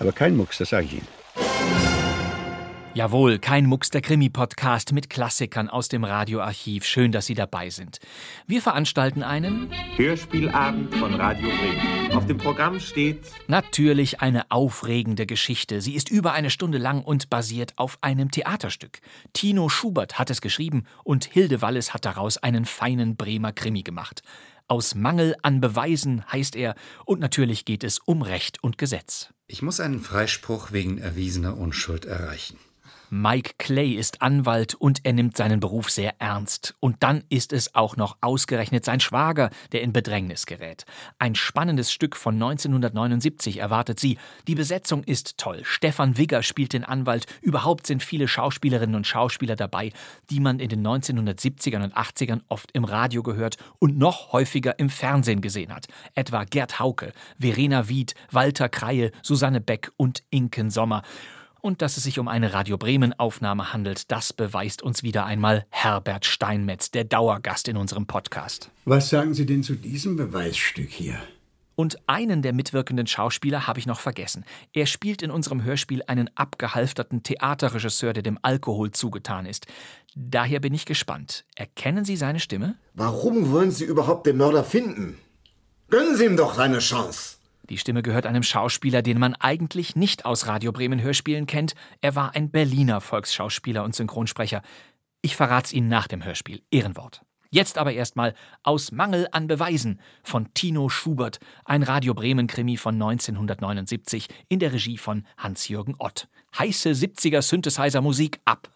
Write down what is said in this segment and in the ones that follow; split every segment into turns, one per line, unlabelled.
Aber kein Mucks, das sage ich Ihnen.
Jawohl, kein Mucks der Krimi-Podcast mit Klassikern aus dem Radioarchiv. Schön, dass Sie dabei sind. Wir veranstalten einen,
Hörspielabend von Radio Bremen. Auf dem Programm steht
natürlich eine aufregende Geschichte. Sie ist über eine Stunde lang und basiert auf einem Theaterstück. Tino Schubert hat es geschrieben und Hilde Wallis hat daraus einen feinen Bremer Krimi gemacht. Aus Mangel an Beweisen heißt er, und natürlich geht es um Recht und Gesetz.
Ich muss einen Freispruch wegen erwiesener Unschuld erreichen.
Mike Clay ist Anwalt und er nimmt seinen Beruf sehr ernst. Und dann ist es auch noch ausgerechnet sein Schwager, der in Bedrängnis gerät. Ein spannendes Stück von 1979 erwartet sie. Die Besetzung ist toll. Stefan Wigger spielt den Anwalt. Überhaupt sind viele Schauspielerinnen und Schauspieler dabei, die man in den 1970ern und 80ern oft im Radio gehört und noch häufiger im Fernsehen gesehen hat. Etwa Gerd Hauke, Verena Wied, Walter Kreie, Susanne Beck und Inken Sommer. Und dass es sich um eine Radio Bremen Aufnahme handelt, das beweist uns wieder einmal Herbert Steinmetz, der Dauergast in unserem Podcast.
Was sagen Sie denn zu diesem Beweisstück hier?
Und einen der mitwirkenden Schauspieler habe ich noch vergessen. Er spielt in unserem Hörspiel einen abgehalfterten Theaterregisseur, der dem Alkohol zugetan ist. Daher bin ich gespannt. Erkennen Sie seine Stimme?
Warum wollen Sie überhaupt den Mörder finden? Gönnen Sie ihm doch seine Chance.
Die Stimme gehört einem Schauspieler, den man eigentlich nicht aus Radio Bremen Hörspielen kennt. Er war ein Berliner Volksschauspieler und Synchronsprecher. Ich verrat's Ihnen nach dem Hörspiel. Ehrenwort. Jetzt aber erstmal aus Mangel an Beweisen von Tino Schubert, ein Radio Bremen Krimi von 1979 in der Regie von Hans-Jürgen Ott. Heiße 70er Synthesizer Musik ab.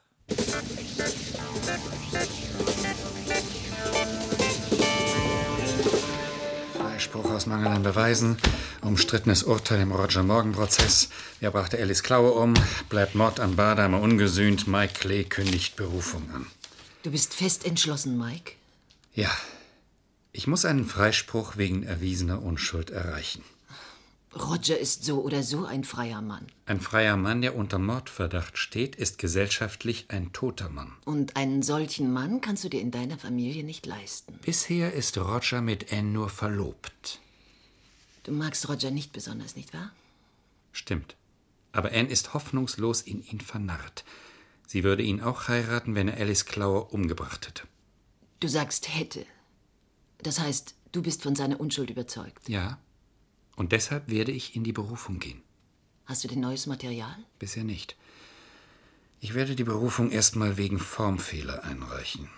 Freispruch aus Mangel an Beweisen, umstrittenes Urteil im Roger Morgan-Prozess. Er brachte Alice Klaue um, bleibt Mord an Badamer ungesühnt. Mike Clay kündigt Berufung an.
Du bist fest entschlossen, Mike.
Ja, ich muss einen Freispruch wegen erwiesener Unschuld erreichen.
Roger ist so oder so ein freier Mann.
Ein freier Mann, der unter Mordverdacht steht, ist gesellschaftlich ein toter Mann.
Und einen solchen Mann kannst du dir in deiner Familie nicht leisten.
Bisher ist Roger mit Anne nur verlobt.
Du magst Roger nicht besonders, nicht wahr?
Stimmt. Aber Anne ist hoffnungslos in ihn vernarrt. Sie würde ihn auch heiraten, wenn er Alice Klauer umgebracht hätte.
Du sagst hätte. Das heißt, du bist von seiner Unschuld überzeugt.
Ja. Und deshalb werde ich in die Berufung gehen.
Hast du denn neues Material?
Bisher nicht. Ich werde die Berufung erstmal wegen Formfehler einreichen.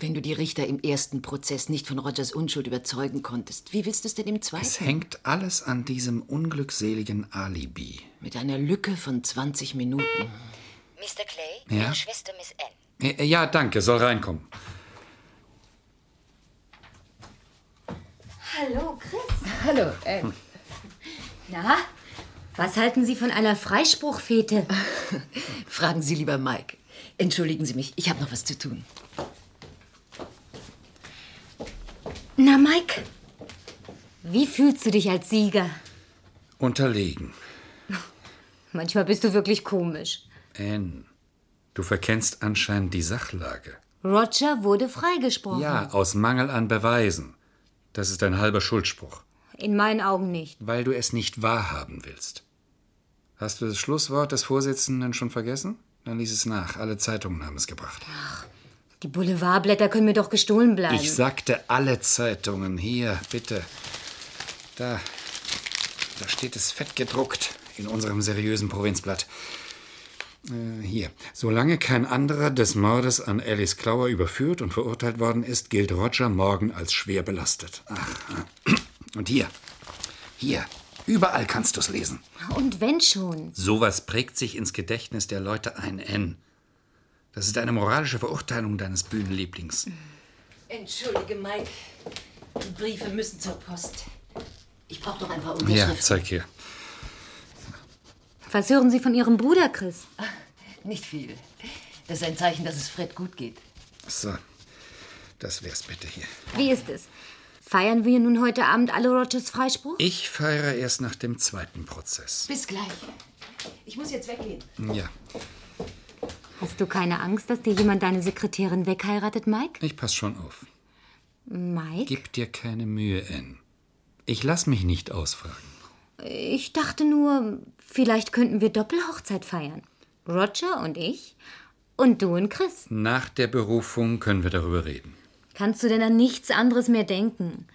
Wenn du die Richter im ersten Prozess nicht von Rogers Unschuld überzeugen konntest, wie willst du es denn im
Es
zweiten?
hängt alles an diesem unglückseligen Alibi.
Mit einer Lücke von 20 Minuten.
Mr. Clay,
Ja?
Ihre Schwester Miss N.
Ja, Ja, danke, soll reinkommen.
Hallo, Chris.
Hallo, Anne.
Na, was halten Sie von einer Freispruchfete?
Fragen Sie lieber Mike. Entschuldigen Sie mich, ich habe noch was zu tun.
Na, Mike, wie fühlst du dich als Sieger?
Unterlegen.
Manchmal bist du wirklich komisch.
Anne, du verkennst anscheinend die Sachlage.
Roger wurde freigesprochen.
Ja, aus Mangel an Beweisen. Das ist ein halber Schuldspruch.
In meinen Augen nicht.
Weil du es nicht wahrhaben willst. Hast du das Schlusswort des Vorsitzenden schon vergessen? Dann lies es nach. Alle Zeitungen haben es gebracht.
Die Boulevardblätter können mir doch gestohlen bleiben.
Ich sagte alle Zeitungen. Hier, bitte. Da. Da steht es fett gedruckt in unserem seriösen Provinzblatt. Äh, Hier. Solange kein anderer des Mordes an Alice Klauer überführt und verurteilt worden ist, gilt Roger Morgan als schwer belastet. Ach. Und hier. Hier. Überall kannst du es lesen.
Und wenn schon.
Sowas prägt sich ins Gedächtnis der Leute ein, N. Das ist eine moralische Verurteilung deines Bühnenlieblings.
Entschuldige, Mike. Die Briefe müssen zur Post. Ich brauche doch ein paar
Ja,
Unterschriften.
zeig hier.
Was hören Sie von Ihrem Bruder, Chris?
Nicht viel. Das ist ein Zeichen, dass es Fred gut geht.
So, das wär's bitte hier.
Wie ist es? Feiern wir nun heute Abend alle Rogers Freispruch?
Ich feiere erst nach dem zweiten Prozess.
Bis gleich.
Ich muss jetzt weggehen.
Ja,
Hast du keine Angst, dass dir jemand deine Sekretärin wegheiratet, Mike?
ich pass schon auf.
Mike?
Gib dir keine Mühe, Ann. Ich lass mich nicht ausfragen.
Ich dachte nur, vielleicht könnten wir Doppelhochzeit feiern. Roger und ich und du und Chris.
Nach der Berufung können wir darüber reden.
Kannst du denn an nichts anderes mehr denken?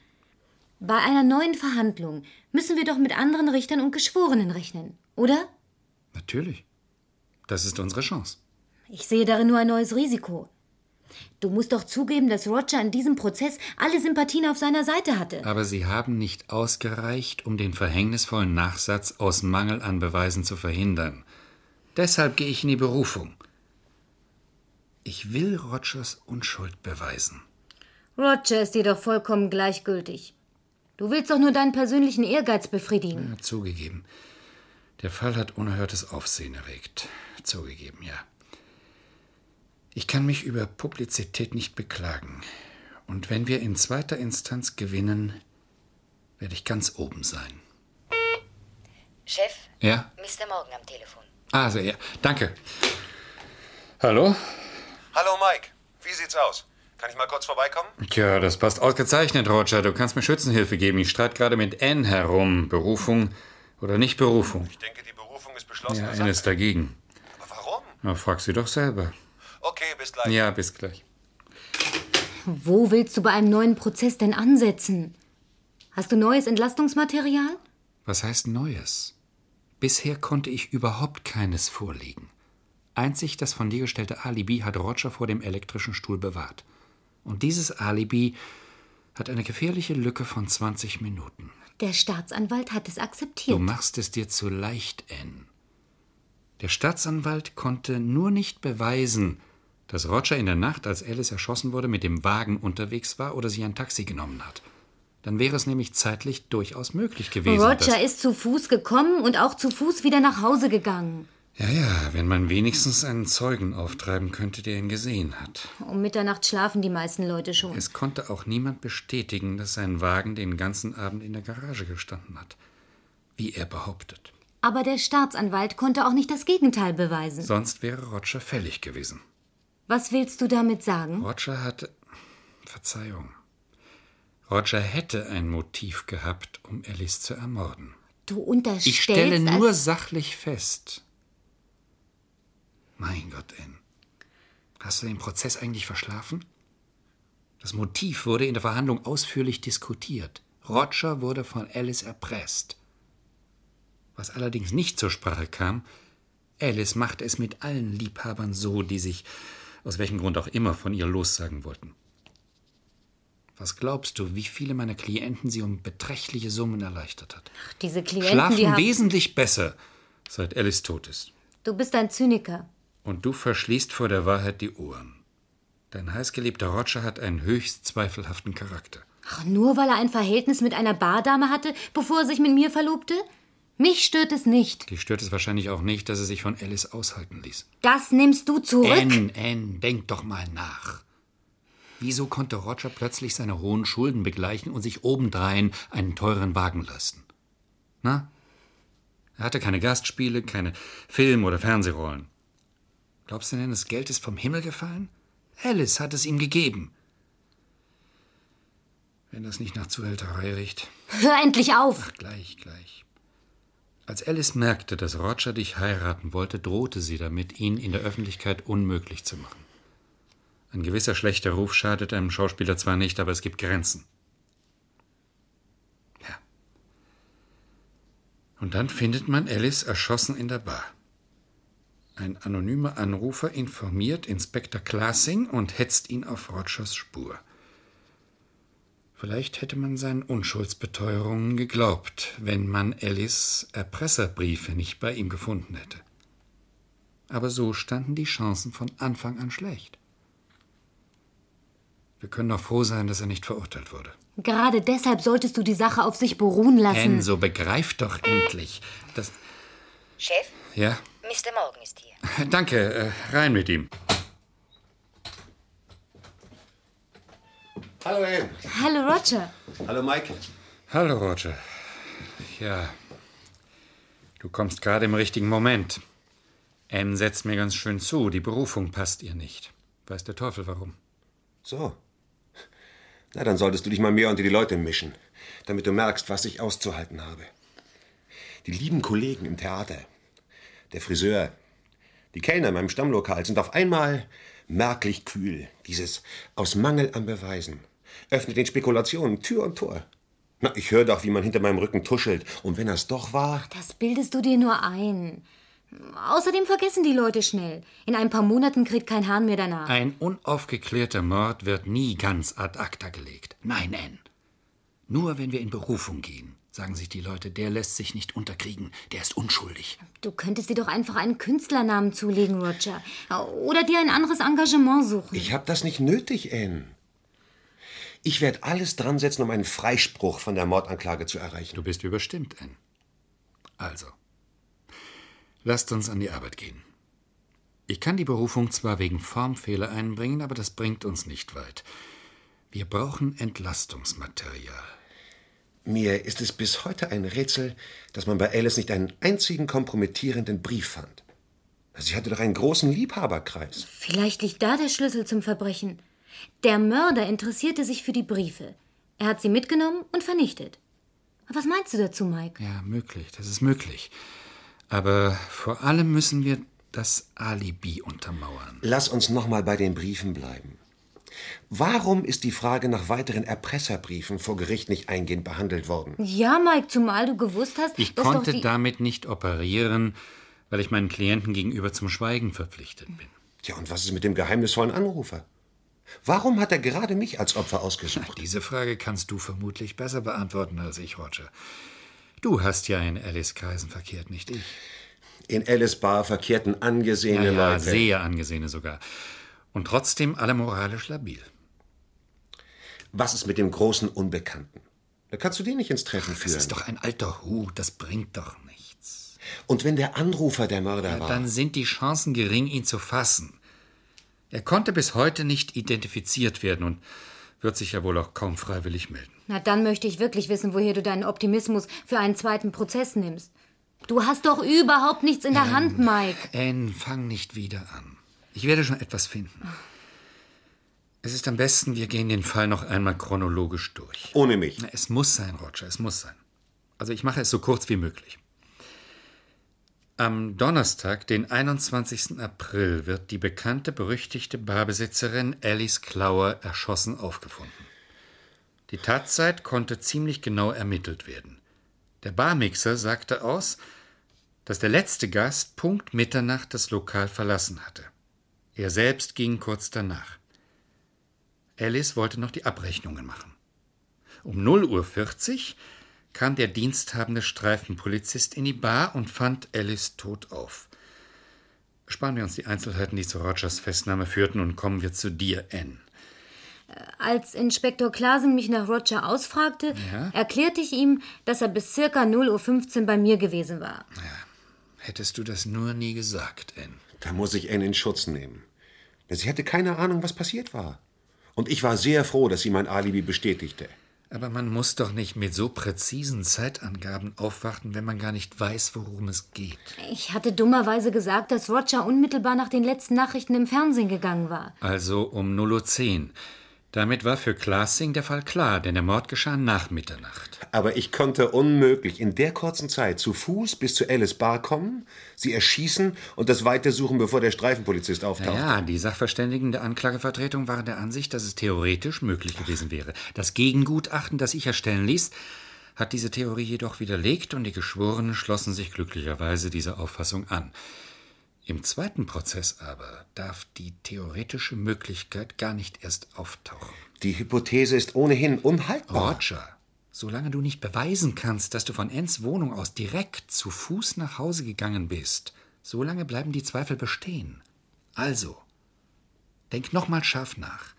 Bei einer neuen Verhandlung müssen wir doch mit anderen Richtern und Geschworenen rechnen, oder?
Natürlich. Das ist unsere Chance.
Ich sehe darin nur ein neues Risiko. Du musst doch zugeben, dass Roger in diesem Prozess alle Sympathien auf seiner Seite hatte.
Aber sie haben nicht ausgereicht, um den verhängnisvollen Nachsatz aus Mangel an Beweisen zu verhindern. Deshalb gehe ich in die Berufung. Ich will Rogers Unschuld beweisen.
Roger ist dir doch vollkommen gleichgültig. Du willst doch nur deinen persönlichen Ehrgeiz befriedigen.
Ja, zugegeben. Der Fall hat unerhörtes Aufsehen erregt. Zugegeben, ja. Ich kann mich über Publizität nicht beklagen. Und wenn wir in zweiter Instanz gewinnen, werde ich ganz oben sein.
Chef,
Ja?
Mr. Morgan am Telefon.
Also, ja. Danke. Hallo?
Hallo Mike, wie sieht's aus? Kann ich mal kurz vorbeikommen?
Tja, das passt ausgezeichnet, Roger. Du kannst mir Schützenhilfe geben. Ich streite gerade mit Anne herum. Berufung oder nicht Berufung?
Ich denke, die Berufung ist beschlossen.
Ja, Anne ist dagegen. Aber warum? Na, frag sie doch selber.
Okay, bis gleich.
Ja, bis gleich.
Wo willst du bei einem neuen Prozess denn ansetzen? Hast du neues Entlastungsmaterial?
Was heißt Neues? Bisher konnte ich überhaupt keines vorlegen. Einzig das von dir gestellte Alibi hat Roger vor dem elektrischen Stuhl bewahrt. Und dieses Alibi hat eine gefährliche Lücke von 20 Minuten.
Der Staatsanwalt hat es akzeptiert.
Du machst es dir zu leicht, Anne. Der Staatsanwalt konnte nur nicht beweisen, dass Roger in der Nacht, als Alice erschossen wurde, mit dem Wagen unterwegs war oder sie ein Taxi genommen hat. Dann wäre es nämlich zeitlich durchaus möglich gewesen. dass-
Roger ist zu Fuß gekommen und auch zu Fuß wieder nach Hause gegangen.
Ja, ja, wenn man wenigstens einen Zeugen auftreiben könnte, der ihn gesehen hat.
Um Mitternacht schlafen die meisten Leute schon.
Es konnte auch niemand bestätigen, dass sein Wagen den ganzen Abend in der Garage gestanden hat. Wie er behauptet.
Aber der Staatsanwalt konnte auch nicht das Gegenteil beweisen.
Sonst wäre Roger fällig gewesen.
Was willst du damit sagen?
Roger hatte. Verzeihung. Roger hätte ein Motiv gehabt, um Alice zu ermorden.
Du unterstellst.
Ich stelle
als-
nur sachlich fest. Mein Gott, Anne. Hast du den Prozess eigentlich verschlafen? Das Motiv wurde in der Verhandlung ausführlich diskutiert. Roger wurde von Alice erpresst. Was allerdings nicht zur Sprache kam, Alice machte es mit allen Liebhabern so, die sich aus welchem Grund auch immer von ihr lossagen wollten. Was glaubst du, wie viele meiner Klienten sie um beträchtliche Summen erleichtert hat?
Diese Klienten, die
schlafen
haben.
wesentlich besser, seit Alice tot ist.
Du bist ein Zyniker.
Und du verschließt vor der Wahrheit die Ohren. Dein heißgeliebter Roger hat einen höchst zweifelhaften Charakter.
Ach, nur weil er ein Verhältnis mit einer Bardame hatte, bevor er sich mit mir verlobte? Mich stört es nicht.
Dich stört es wahrscheinlich auch nicht, dass er sich von Alice aushalten ließ.
Das nimmst du zurück.
Anne, Anne, denk doch mal nach. Wieso konnte Roger plötzlich seine hohen Schulden begleichen und sich obendrein einen teuren Wagen leisten? Na? Er hatte keine Gastspiele, keine Film- oder Fernsehrollen. Glaubst du denn, das Geld ist vom Himmel gefallen? Alice hat es ihm gegeben. Wenn das nicht nach Zuhälterei riecht.
Hör endlich auf.
Gleich, gleich. Als Alice merkte, dass Roger dich heiraten wollte, drohte sie damit, ihn in der Öffentlichkeit unmöglich zu machen. Ein gewisser schlechter Ruf schadet einem Schauspieler zwar nicht, aber es gibt Grenzen. Ja. Und dann findet man Alice erschossen in der Bar. Ein anonymer Anrufer informiert Inspektor Classing und hetzt ihn auf Rogers Spur. Vielleicht hätte man seinen Unschuldsbeteuerungen geglaubt, wenn man Alice Erpresserbriefe nicht bei ihm gefunden hätte. Aber so standen die Chancen von Anfang an schlecht. Wir können doch froh sein, dass er nicht verurteilt wurde.
Gerade deshalb solltest du die Sache auf sich beruhen lassen.
Enzo, begreif doch endlich, dass.
Chef,
Ja?
Mr. Morgan ist hier.
Danke, äh, rein mit ihm.
Hallo, Ann.
Hallo, Roger.
Hallo, Mike.
Hallo, Roger. Ja, du kommst gerade im richtigen Moment. Anne setzt mir ganz schön zu, die Berufung passt ihr nicht. Weiß der Teufel warum.
So. Na, dann solltest du dich mal mehr unter die Leute mischen, damit du merkst, was ich auszuhalten habe. Die lieben Kollegen im Theater, der Friseur, die Kellner in meinem Stammlokal sind auf einmal merklich kühl. Dieses aus Mangel an Beweisen öffnet den Spekulationen Tür und Tor. Na, ich höre doch, wie man hinter meinem Rücken tuschelt. Und wenn das doch war,
Das bildest du dir nur ein. Außerdem vergessen die Leute schnell. In ein paar Monaten kriegt kein Hahn mehr danach.
Ein unaufgeklärter Mord wird nie ganz ad acta gelegt. Nein, Ann. Nur wenn wir in Berufung gehen, sagen sich die Leute, der lässt sich nicht unterkriegen, der ist unschuldig.
Du könntest dir doch einfach einen Künstlernamen zulegen, Roger. Oder dir ein anderes Engagement suchen.
Ich hab das nicht nötig, Ann. Ich werde alles dran setzen, um einen Freispruch von der Mordanklage zu erreichen.
Du bist überstimmt, Ann. Also, lasst uns an die Arbeit gehen. Ich kann die Berufung zwar wegen Formfehler einbringen, aber das bringt uns nicht weit. Wir brauchen Entlastungsmaterial.
Mir ist es bis heute ein Rätsel, dass man bei Alice nicht einen einzigen kompromittierenden Brief fand. Sie hatte doch einen großen Liebhaberkreis.
Vielleicht liegt da der Schlüssel zum Verbrechen. Der Mörder interessierte sich für die Briefe. Er hat sie mitgenommen und vernichtet. Was meinst du dazu, Mike?
Ja, möglich, das ist möglich. Aber vor allem müssen wir das Alibi untermauern.
Lass uns nochmal bei den Briefen bleiben. Warum ist die Frage nach weiteren Erpresserbriefen vor Gericht nicht eingehend behandelt worden?
Ja, Mike, zumal du gewusst hast,
Ich
dass
konnte
doch die...
damit nicht operieren, weil ich meinen Klienten gegenüber zum Schweigen verpflichtet bin.
Ja, und was ist mit dem geheimnisvollen Anrufer? Warum hat er gerade mich als Opfer ausgesucht?
Diese Frage kannst du vermutlich besser beantworten als ich, Roger. Du hast ja in Alice Kreisen verkehrt, nicht ich.
In Alice Bar verkehrten angesehene
ja,
Leute.
sehr angesehene sogar. Und trotzdem alle moralisch labil.
Was ist mit dem großen Unbekannten? Da kannst du den nicht ins Treffen führen. Das ist
doch ein alter Hu, das bringt doch nichts.
Und wenn der Anrufer der Mörder war,
Dann sind die Chancen gering, ihn zu fassen. Er konnte bis heute nicht identifiziert werden und wird sich ja wohl auch kaum freiwillig melden.
Na, dann möchte ich wirklich wissen, woher du deinen Optimismus für einen zweiten Prozess nimmst. Du hast doch überhaupt nichts in der Hand, Mike.
Anne, Äh, fang nicht wieder an. Ich werde schon etwas finden. Es ist am besten, wir gehen den Fall noch einmal chronologisch durch.
Ohne mich.
Es muss sein, Roger, es muss sein. Also ich mache es so kurz wie möglich. Am Donnerstag, den 21. April, wird die bekannte, berüchtigte Barbesitzerin Alice Klauer erschossen aufgefunden. Die Tatzeit konnte ziemlich genau ermittelt werden. Der Barmixer sagte aus, dass der letzte Gast Punkt Mitternacht das Lokal verlassen hatte. Er selbst ging kurz danach. Alice wollte noch die Abrechnungen machen. Um 0.40 Uhr kam der diensthabende Streifenpolizist in die Bar und fand Alice tot auf. Sparen wir uns die Einzelheiten, die zu Rogers Festnahme führten, und kommen wir zu dir, Anne.
Als Inspektor Klasen mich nach Roger ausfragte,
Ja?
erklärte ich ihm, dass er bis circa 0.15 Uhr bei mir gewesen war.
Hättest du das nur nie gesagt, Anne.
da muss ich Anne in Schutz nehmen. Denn Sie hatte keine Ahnung, was passiert war. Und ich war sehr froh, dass sie mein Alibi bestätigte.
Aber man muss doch nicht mit so präzisen Zeitangaben aufwarten, wenn man gar nicht weiß, worum es geht.
Ich hatte dummerweise gesagt, dass Roger unmittelbar nach den letzten Nachrichten im Fernsehen gegangen war.
Also um 0.10 Uhr. Damit war für Klassing der Fall klar, denn der Mord geschah nach Mitternacht.
Aber ich konnte unmöglich in der kurzen Zeit zu Fuß bis zu Alice Bar kommen, sie erschießen und das Weite suchen, bevor der Streifenpolizist auftaucht.
Naja, die Sachverständigen der Anklagevertretung waren der Ansicht, dass es theoretisch möglich gewesen wäre. Das Gegengutachten, das ich erstellen ließ, hat diese Theorie jedoch widerlegt und die Geschworenen schlossen sich glücklicherweise dieser Auffassung an. Im zweiten Prozess aber darf die theoretische Möglichkeit gar nicht erst auftauchen.
Die Hypothese ist ohnehin unhaltbar.
Roger, solange du nicht beweisen kannst, dass du von Enns Wohnung aus direkt zu Fuß nach Hause gegangen bist, solange bleiben die Zweifel bestehen. Also, denk nochmal scharf nach.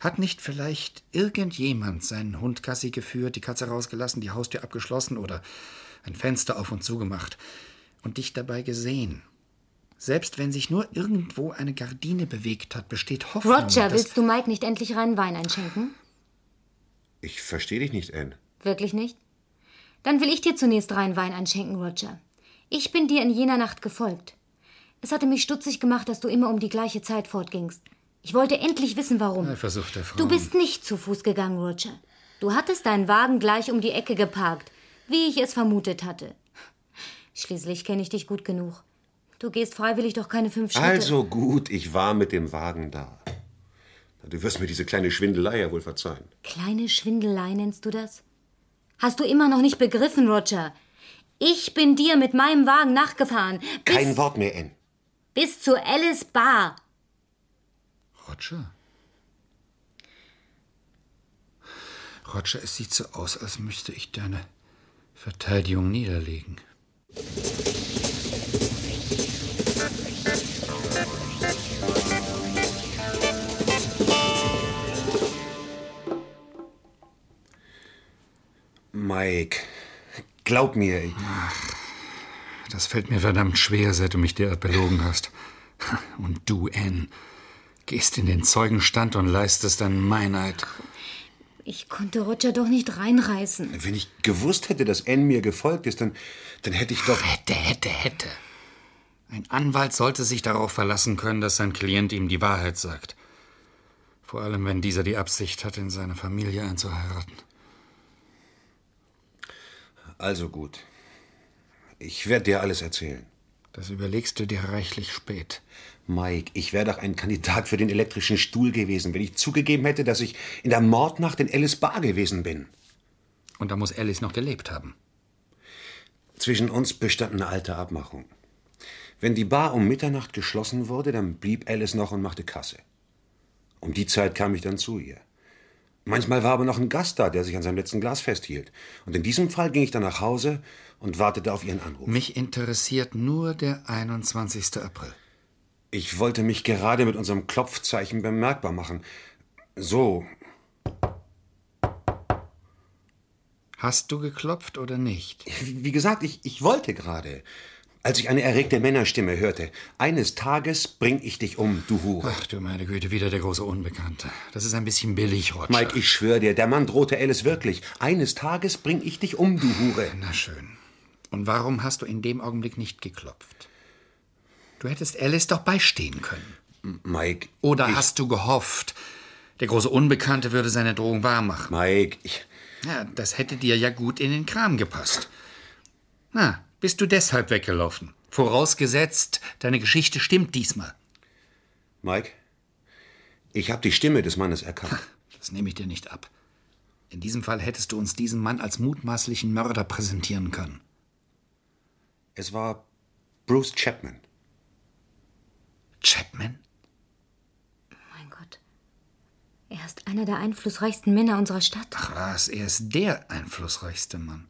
Hat nicht vielleicht irgendjemand seinen Hund Gassi geführt, die Katze rausgelassen, die Haustür abgeschlossen oder ein Fenster auf und zugemacht? und dich dabei gesehen. Selbst wenn sich nur irgendwo eine Gardine bewegt hat, besteht Hoffnung.
Roger,
dass-
willst du Mike nicht endlich reinen Wein einschenken?
Ich verstehe dich nicht, Anne.
Wirklich nicht? Dann will ich dir zunächst reinen Wein einschenken, Roger. Ich bin dir in jener Nacht gefolgt. Es hatte mich stutzig gemacht, dass du immer um die gleiche Zeit fortgingst. Ich wollte endlich wissen, warum.
Eifersucht der Frau.
Du bist nicht zu Fuß gegangen, Roger. Du hattest deinen Wagen gleich um die Ecke geparkt, wie ich es vermutet hatte. Schließlich kenne ich dich gut genug. Du gehst freiwillig doch keine fünf Schritte.
Also gut, ich war mit dem Wagen da. Na, Du wirst mir diese kleine Schwindelei ja wohl verzeihen.
Kleine Schwindelei nennst du das? Hast du immer noch nicht begriffen, Roger? Ich bin dir mit meinem Wagen nachgefahren. Bis,
Kein Wort mehr, Anne.
bis zur Alice Bar.
Roger? Roger, es sieht so aus, als müsste ich deine Verteidigung niederlegen.
Mike, glaub mir.
Das fällt mir verdammt schwer, seit du mich derart belogen hast. Und du, Anne, gehst in den Zeugenstand und leistest dann Meinheit.
Ich konnte Roger doch nicht reinreißen.
Wenn ich gewusst hätte, dass Anne mir gefolgt ist, dann, dann hätte ich doch.
Hätte, hätte, hätte. Ein Anwalt sollte sich darauf verlassen können, dass sein Klient ihm die Wahrheit sagt. Vor allem, wenn dieser die Absicht hat, in seine Familie einzuheiraten.
Also gut. Ich werde dir alles erzählen.
Das überlegst du dir reichlich spät.
Mike, ich wäre doch ein Kandidat für den elektrischen Stuhl gewesen, wenn ich zugegeben hätte, dass ich in der Mordnacht in Alice Bar gewesen bin.
Und da muss Alice noch gelebt haben.
Zwischen uns bestand eine alte Abmachung. Wenn die Bar um Mitternacht geschlossen wurde, dann blieb Alice noch und machte Kasse. Um die Zeit kam ich dann zu ihr. Manchmal war aber noch ein Gast da, der sich an seinem letzten Glas festhielt. Und in diesem Fall ging ich dann nach Hause und wartete auf ihren Anruf.
Mich interessiert nur der 21. April.
Ich wollte mich gerade mit unserem Klopfzeichen bemerkbar machen. So,
Hast du geklopft oder nicht?
Wie gesagt, ich, ich wollte gerade. Als ich eine erregte Männerstimme hörte, eines Tages bring ich dich um, du Hure.
Ach du meine Güte, wieder der große Unbekannte. Das ist ein bisschen billig, Roger.
Mike, ich schwöre dir, der Mann drohte Alice wirklich. Eines Tages bring ich dich um, du Hure.
Na schön. Und warum hast du in dem Augenblick nicht geklopft? Du hättest Alice doch beistehen können.
Mike.
Oder hast du gehofft, der große Unbekannte würde seine Drohung wahrmachen?
Mike, ich.
Ja, das hätte dir ja gut in den Kram gepasst. Na, bist du deshalb weggelaufen? Vorausgesetzt, deine Geschichte stimmt diesmal.
Mike, ich habe die Stimme des Mannes erkannt.
Das nehme ich dir nicht ab. In diesem Fall hättest du uns diesen Mann als mutmaßlichen Mörder präsentieren können.
Es war Bruce Chapman.
Chapman?
Mein Gott. Er ist einer der einflussreichsten Männer unserer Stadt.
Was? Er ist der einflussreichste Mann.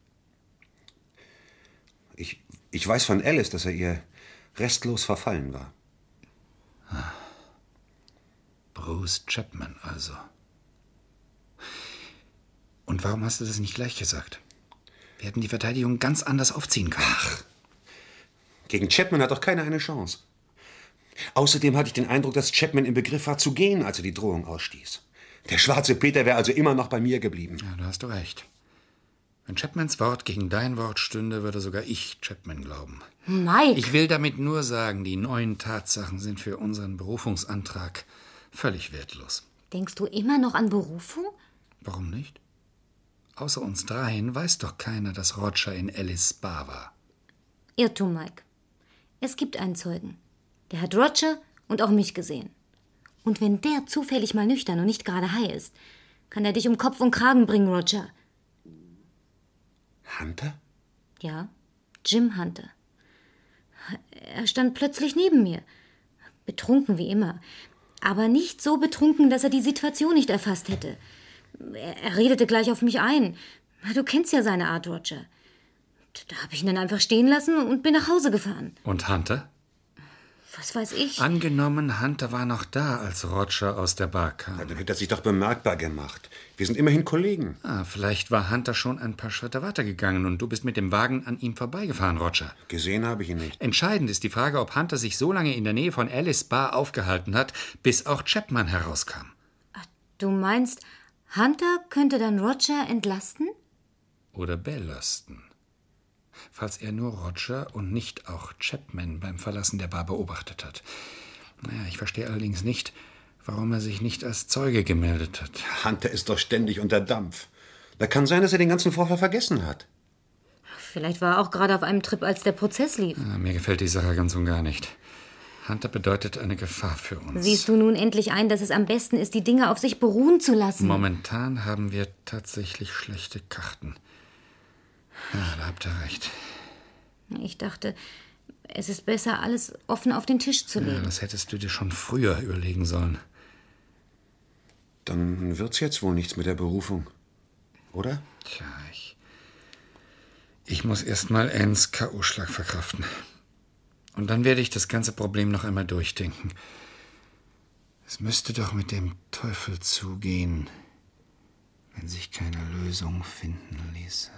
Ich, ich weiß von Alice, dass er ihr restlos verfallen war.
Bruce Ah, Chapman also. Und warum hast du das nicht gleich gesagt? Wir hätten die Verteidigung ganz anders aufziehen können. Ach,
Gegen Chapman hat doch keiner eine Chance. Außerdem hatte ich den Eindruck, dass Chapman im Begriff war zu gehen, als er die Drohung ausstieß. Der schwarze Peter wäre also immer noch bei mir geblieben.
ja, da hast du recht. Wenn Chapmans Wort gegen dein Wort stünde, würde sogar ich Chapman glauben.
Mike,
Ich will damit nur sagen, die neuen Tatsachen sind für unseren Berufungsantrag völlig wertlos.
denkst du immer noch an Berufung?
Warum nicht? Außer uns dreien weiß doch keiner, dass Roger in Alice Bar war.
Irrtum, Mike. Es gibt einen Zeugen. Der hat Roger und auch mich gesehen. Und wenn der zufällig mal nüchtern und nicht gerade high ist, kann er dich um Kopf und Kragen bringen, Roger.
Hunter?
Ja, Jim Hunter. Er stand plötzlich neben mir. Betrunken wie immer. Aber nicht so betrunken, dass er die Situation nicht erfasst hätte. Er, er redete gleich auf mich ein. Na, Du kennst ja seine Art, Roger. Da habe ich ihn dann einfach stehen lassen und bin nach Hause gefahren.
Und Hunter?
Was weiß ich?
Angenommen, Hunter war noch da, als Roger aus der Bar kam.
Dann hätte er sich doch bemerkbar gemacht. Wir sind immerhin Kollegen.
Ah, vielleicht war Hunter schon ein paar Schritte weitergegangen und du bist mit dem Wagen an ihm vorbeigefahren, Roger.
Gesehen habe ich ihn nicht.
Entscheidend ist die Frage, ob Hunter sich so lange in der Nähe von Alice Bar aufgehalten hat, bis auch Chapman herauskam.
Du meinst, Hunter könnte dann Roger entlasten?
Oder belasten. Falls er nur Roger und nicht auch Chapman beim Verlassen der Bar beobachtet hat. Naja, ich verstehe allerdings nicht, warum er sich nicht als Zeuge gemeldet hat.
Hunter ist doch ständig unter Dampf. Da kann sein, dass er den ganzen Vorfall vergessen hat.
Vielleicht war er auch gerade auf einem Trip, als der Prozess lief.
Ah, mir gefällt die Sache ganz und gar nicht. Hunter bedeutet eine Gefahr für uns.
Siehst du nun endlich ein, dass es am besten ist, die Dinge auf sich beruhen zu lassen?
Momentan haben wir tatsächlich schlechte Karten. Ja, da habt ihr recht.
Ich dachte, es ist besser, alles offen auf den Tisch zu
Ja,
legen.
das hättest du dir schon früher überlegen sollen.
Dann wird's jetzt wohl nichts mit der Berufung. Oder?
Tja, ich. Ich muss erstmal Anns K.O.-Schlag verkraften. Und dann werde ich das ganze Problem noch einmal durchdenken. Es müsste doch mit dem Teufel zugehen, wenn sich keine Lösung finden ließe.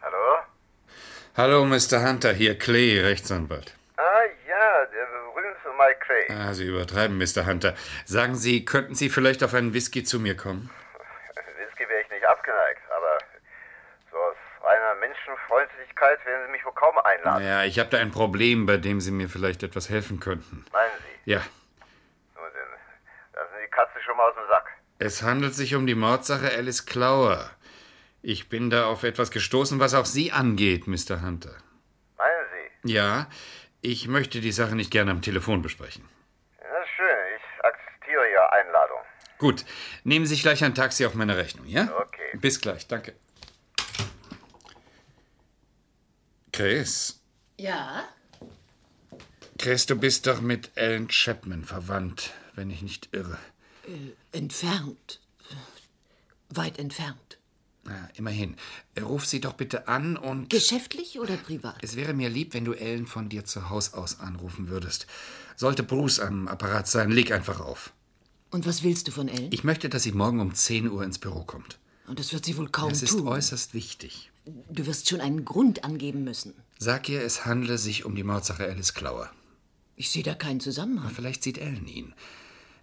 Hallo?
Hallo, Mr. Hunter, hier Clay, Rechtsanwalt.
Ah ja, der berühmte Mike Clay.
Ah, Sie übertreiben, Mr. Hunter. Sagen Sie, könnten Sie vielleicht auf einen Whisky zu mir kommen?
Whisky wäre ich nicht abgeneigt, aber so aus reiner Menschenfreundlichkeit werden Sie mich wohl kaum einladen.
Ja, ich habe da ein Problem, bei dem Sie mir vielleicht etwas helfen könnten.
Meinen Sie?
Ja,
Nur denn, lassen Sie die Katze schon mal aus dem Sack.
es handelt sich um die Mordsache Alice Clower. Ich bin da auf etwas gestoßen, was auch Sie angeht, Mr. Hunter.
Meinen Sie?
Ja, ich möchte die Sache nicht gerne am Telefon besprechen.
Das ist schön, ich akzeptiere Ihre Einladung.
Gut, nehmen Sie gleich ein Taxi auf meine Rechnung, ja?
Okay.
Bis gleich, danke. Chris,
Ja?
Chris, du bist doch mit Ellen Chapman verwandt, wenn ich nicht irre.
Äh, entfernt. Weit entfernt.
Na, immerhin. Äh, Ruf sie doch bitte an und.
Geschäftlich oder privat?
Es wäre mir lieb, wenn du Ellen von dir zu Haus aus anrufen würdest. Sollte Bruce am Apparat sein, leg einfach auf.
Und was willst du von Ellen?
Ich möchte, dass sie morgen um 10 Uhr ins Büro kommt.
Und das wird sie wohl kaum
Es ist
tun.
äußerst wichtig.
Du wirst schon einen Grund angeben müssen.
Sag ihr, es handle sich um die Mordsache Alice Clower.
Ich sehe da keinen Zusammenhang.
vielleicht sieht Ellen ihn.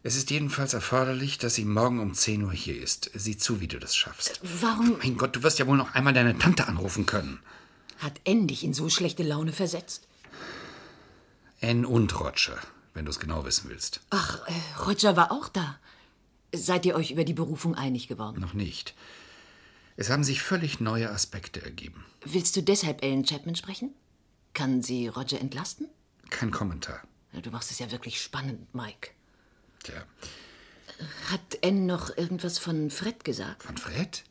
Es ist jedenfalls erforderlich, dass sie morgen um 10 Uhr hier ist. Sieh zu, wie du das schaffst.
Warum
Mein Gott, du wirst ja wohl noch einmal deine Tante anrufen können.
hat N dich in so schlechte Laune versetzt?
Ann und Roger, wenn du es genau wissen willst.
Ach, äh, Roger war auch da. Seid ihr euch über die Berufung einig geworden?
Noch nicht. Es haben sich völlig neue Aspekte ergeben.
Willst du deshalb Ellen Chapman sprechen? Kann sie Roger entlasten?
Kein Kommentar.
Na, Du machst es ja wirklich spannend, Mike.
Tja,
Hat N noch irgendwas von Fred gesagt?
von Fred?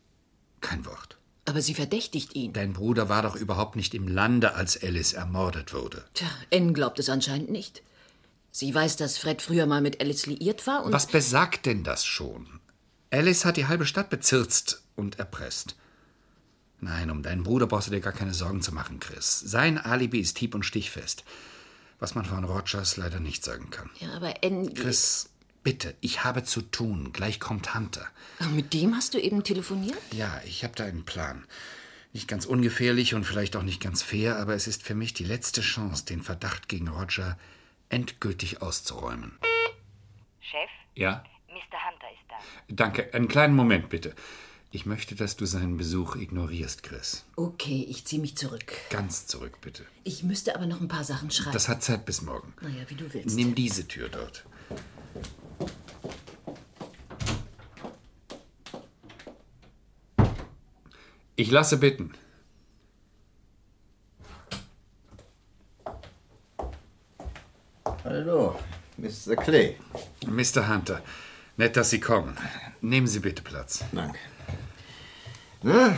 Kein Wort.
Aber sie verdächtigt ihn.
Dein Bruder war doch überhaupt nicht im Lande, als Alice ermordet wurde.
Tja, N glaubt es anscheinend nicht. Sie weiß, dass Fred früher mal mit Alice liiert war und
Was besagt denn das schon? Alice hat die halbe Stadt bezirzt und erpresst. Nein, um deinen Bruder brauchst du dir gar keine Sorgen zu machen, Chris. Sein Alibi ist hieb- und stichfest. Was man von Rogers leider nicht sagen kann.
Ja, aber N.
Chris, bitte, ich habe zu tun. Gleich kommt Hunter.
Mit dem hast du eben telefoniert?
Ja, ich habe da einen Plan. Nicht ganz ungefährlich und vielleicht auch nicht ganz fair, aber es ist für mich die letzte Chance, den Verdacht gegen Roger endgültig auszuräumen.
Chef,
Ja?
Mr. Hunter ist da.
Danke. Einen kleinen Moment bitte. Ich möchte, dass du seinen Besuch ignorierst, Chris.
Okay, ich ziehe mich zurück.
Ganz zurück, bitte.
Ich müsste aber noch ein paar Sachen schreiben.
Das hat Zeit bis morgen.
Naja, wie du willst.
Nimm diese Tür dort. Ich lasse bitten.
Hallo, Mr. Clay.
Mr. Hunter, nett, dass Sie kommen. Nehmen Sie bitte Platz.
Danke. Na?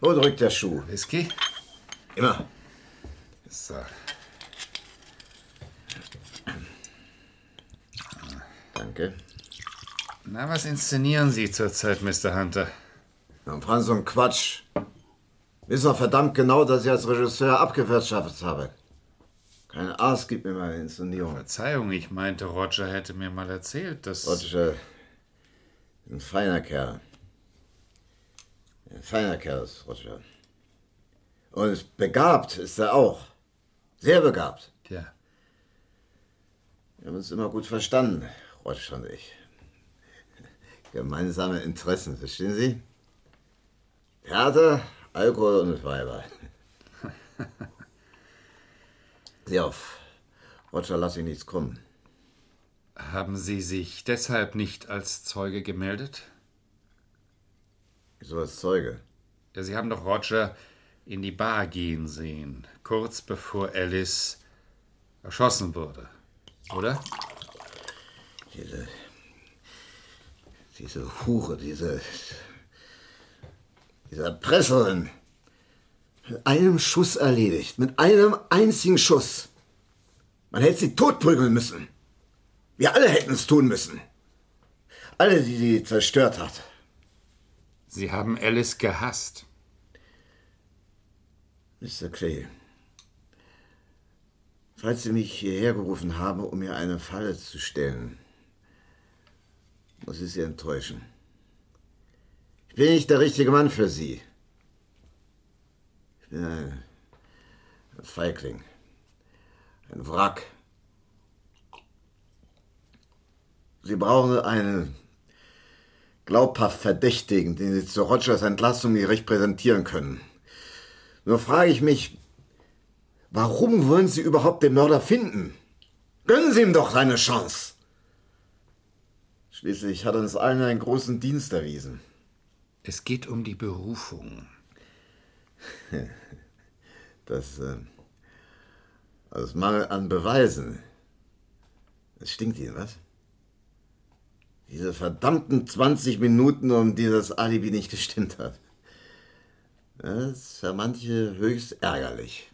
Wo drückt der Schuh?
Whisky?
Immer.
So.
Danke.
Na, was inszenieren Sie zurzeit, Mr. Hunter?
Und Franz, so ein Quatsch. Wissen doch verdammt genau, dass ich als Regisseur abgewirtschaftet habe. Kein Ass gibt mir meine Inszenierung.
Verzeihung, ich meinte, Roger hätte mir mal erzählt, dass...
Roger, ein feiner Kerl. Ein feiner Kerl ist Roger. Und begabt ist er auch. Sehr begabt.
Ja.
Wir haben uns immer gut verstanden, Roger und ich. Gemeinsame Interessen, verstehen Sie? Theater, Alkohol und Weiber. Sieh auf, Roger, lass ihn nichts kommen.
Haben Sie sich deshalb nicht als Zeuge gemeldet?
So als Zeuge?
Ja, Sie haben doch Roger in die Bar gehen sehen, kurz bevor Alice erschossen wurde, oder?
Diese, diese Hure, diese, diese Erpresserin. Mit einem Schuss erledigt. Mit einem einzigen Schuss. Man hätte sie totprügeln müssen. Wir alle hätten es tun müssen. Alle, die sie zerstört hat.
Sie haben Alice gehasst.
Mr. Clay, falls Sie mich hierher gerufen haben, um mir eine Falle zu stellen, muss ich Sie enttäuschen. Ich bin nicht der richtige Mann für Sie. Ich bin ein Feigling, ein Wrack. Sie brauchen einen glaubhaft Verdächtigen, den Sie zu Rogers Entlassung gerecht präsentieren können. Nur frage ich mich, warum wollen Sie überhaupt den Mörder finden? Gönnen Sie ihm doch seine Chance. Schließlich hat er uns allen einen großen Dienst erwiesen.
Es geht um die Berufung.
Das äh, aus Mangel an Beweisen. Es stinkt Ihnen, was? Diese verdammten 20 Minuten, um die das Alibi nicht gestimmt hat. Das ist für manche höchst ärgerlich.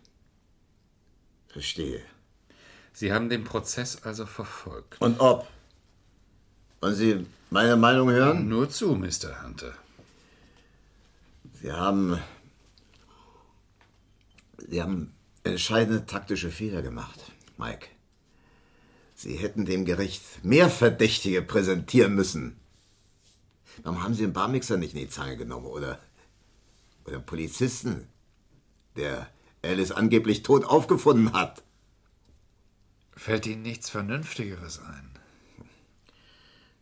Verstehe.
Sie haben den Prozess also verfolgt.
Und ob? Wollen Sie meine Meinung hören?
Nur zu, Mr. Hunter.
Sie haben. Sie haben entscheidende taktische Fehler gemacht, Mike. Sie hätten dem Gericht mehr Verdächtige präsentieren müssen. Warum haben Sie den Barmixer nicht in die Zange genommen, oder? Oder einen Polizisten, der Alice angeblich tot aufgefunden hat.
Fällt Ihnen nichts Vernünftigeres ein?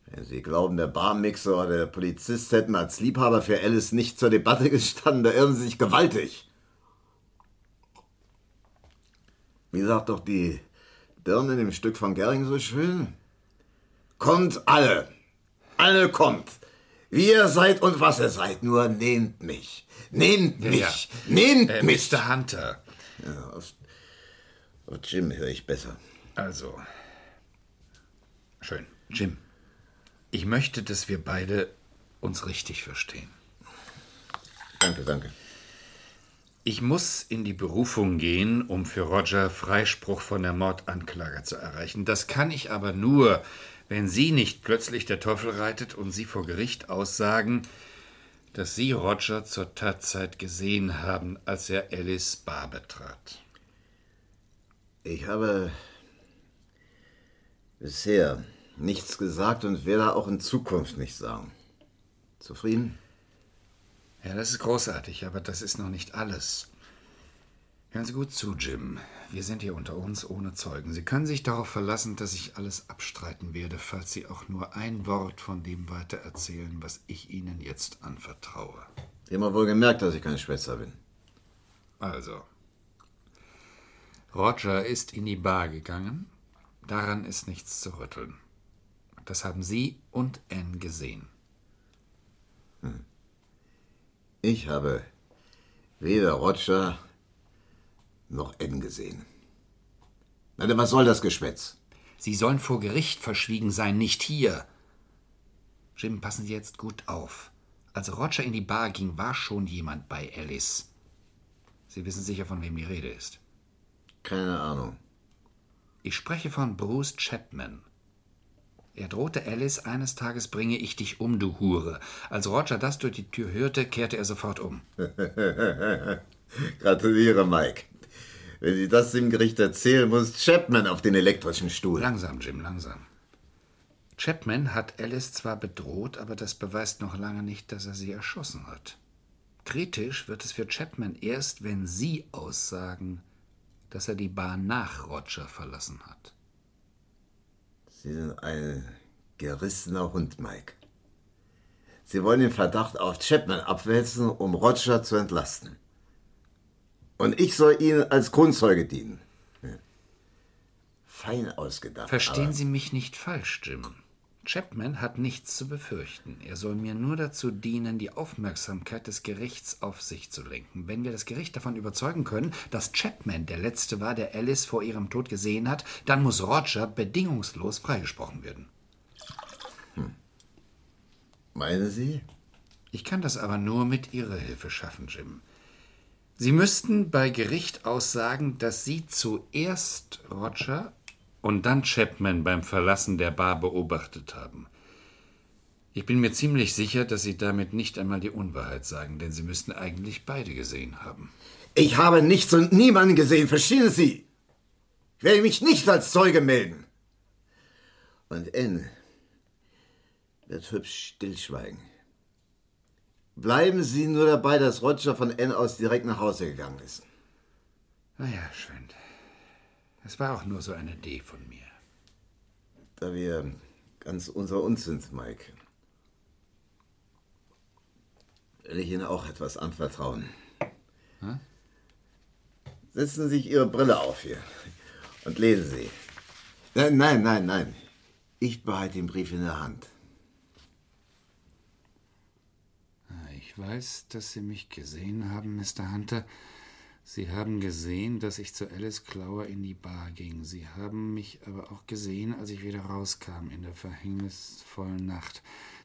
Wenn Sie glauben, der Barmixer oder der Polizist hätten als Liebhaber für Alice nicht zur Debatte gestanden, da irren Sie sich gewaltig. Wie sagt doch die Birne in dem Stück von Gering so schön? Kommt alle! Alle kommt! Wie ihr seid und was ihr seid, nur nehmt mich. Nehmt mich. Nehmt
äh,
mich.
Mr. Hunter.
Ja, auf, auf Jim höre ich besser.
Also. Schön. Jim, ich möchte, dass wir beide uns richtig verstehen.
Danke, danke.
Ich muss in die Berufung gehen, um für Roger Freispruch von der Mordanklage zu erreichen. Das kann ich aber nur, wenn Sie nicht plötzlich der Teufel reitet und Sie vor Gericht aussagen, dass Sie Roger zur Tatzeit gesehen haben, als er Alice Bar betrat.
Ich habe bisher nichts gesagt und werde auch in Zukunft nichts sagen. Zufrieden?
Ja, das ist großartig, aber das ist noch nicht alles. Hören Sie gut zu, Jim. Wir sind hier unter uns ohne Zeugen. Sie können sich darauf verlassen, dass ich alles abstreiten werde, falls Sie auch nur ein Wort von dem weitererzählen, was ich Ihnen jetzt anvertraue.
Sie haben ja wohl gemerkt, dass ich kein Schwätzer bin.
Also, Roger ist in die Bar gegangen. Daran ist nichts zu rütteln. Das haben Sie und Anne gesehen.
Ich habe weder Roger noch N gesehen. Na denn, was soll das Geschwätz?
Sie sollen vor Gericht verschwiegen sein, nicht hier. Jim, passen Sie jetzt gut auf. Als Roger in die Bar ging, war schon jemand bei Alice. Sie wissen sicher, von wem die Rede ist.
Keine Ahnung.
Ich spreche von Bruce Chapman. Er drohte Alice, eines Tages bringe ich dich um, du Hure. Als Roger das durch die Tür hörte, kehrte er sofort um.
Gratuliere, Mike. Wenn Sie das dem Gericht erzählen, muss Chapman auf den elektrischen Stuhl.
Langsam, Jim, langsam. Chapman hat Alice zwar bedroht, aber das beweist noch lange nicht, dass er sie erschossen hat. Kritisch wird es für Chapman erst, wenn Sie aussagen, dass er die Bar nach Roger verlassen hat.
Sie sind ein gerissener Hund, Mike. Sie wollen den Verdacht auf Chapman abwälzen, um Roger zu entlasten. Und ich soll Ihnen als Grundzeuge dienen. Ja. Fein ausgedacht.
Verstehen
aber-
Sie mich nicht falsch, Jim. Chapman hat nichts zu befürchten. Er soll mir nur dazu dienen, die Aufmerksamkeit des Gerichts auf sich zu lenken. Wenn wir das Gericht davon überzeugen können, dass Chapman der Letzte war, der Alice vor ihrem Tod gesehen hat, dann muss Roger bedingungslos freigesprochen werden.
Hm. Meinen Sie?
Ich kann das aber nur mit Ihrer Hilfe schaffen, Jim. Sie müssten bei Gericht aussagen, dass Sie zuerst Roger und dann Chapman beim Verlassen der Bar beobachtet haben. Ich bin mir ziemlich sicher, dass Sie damit nicht einmal die Unwahrheit sagen, denn Sie müssten eigentlich beide gesehen haben.
Ich habe nichts und niemanden gesehen, verstehen Sie? Ich werde mich nicht als Zeuge melden. Und N wird hübsch stillschweigen. Bleiben Sie nur dabei, dass Roger von N aus direkt nach Hause gegangen ist.
Naja, schön. Es war auch nur so eine Idee von mir.
Da wir ganz unter uns sind, Mike, will ich Ihnen auch etwas anvertrauen.
Hm?
Setzen Sie sich Ihre Brille auf hier und lesen Sie. Nein, nein, nein, nein. Ich behalte den Brief in der Hand.
Ah, Ich weiß, dass Sie mich gesehen haben, Mr. Hunter. Sie haben gesehen, dass ich zu Alice Clower in die Bar ging. Sie haben mich aber auch gesehen, als ich wieder rauskam in der verhängnisvollen Nacht.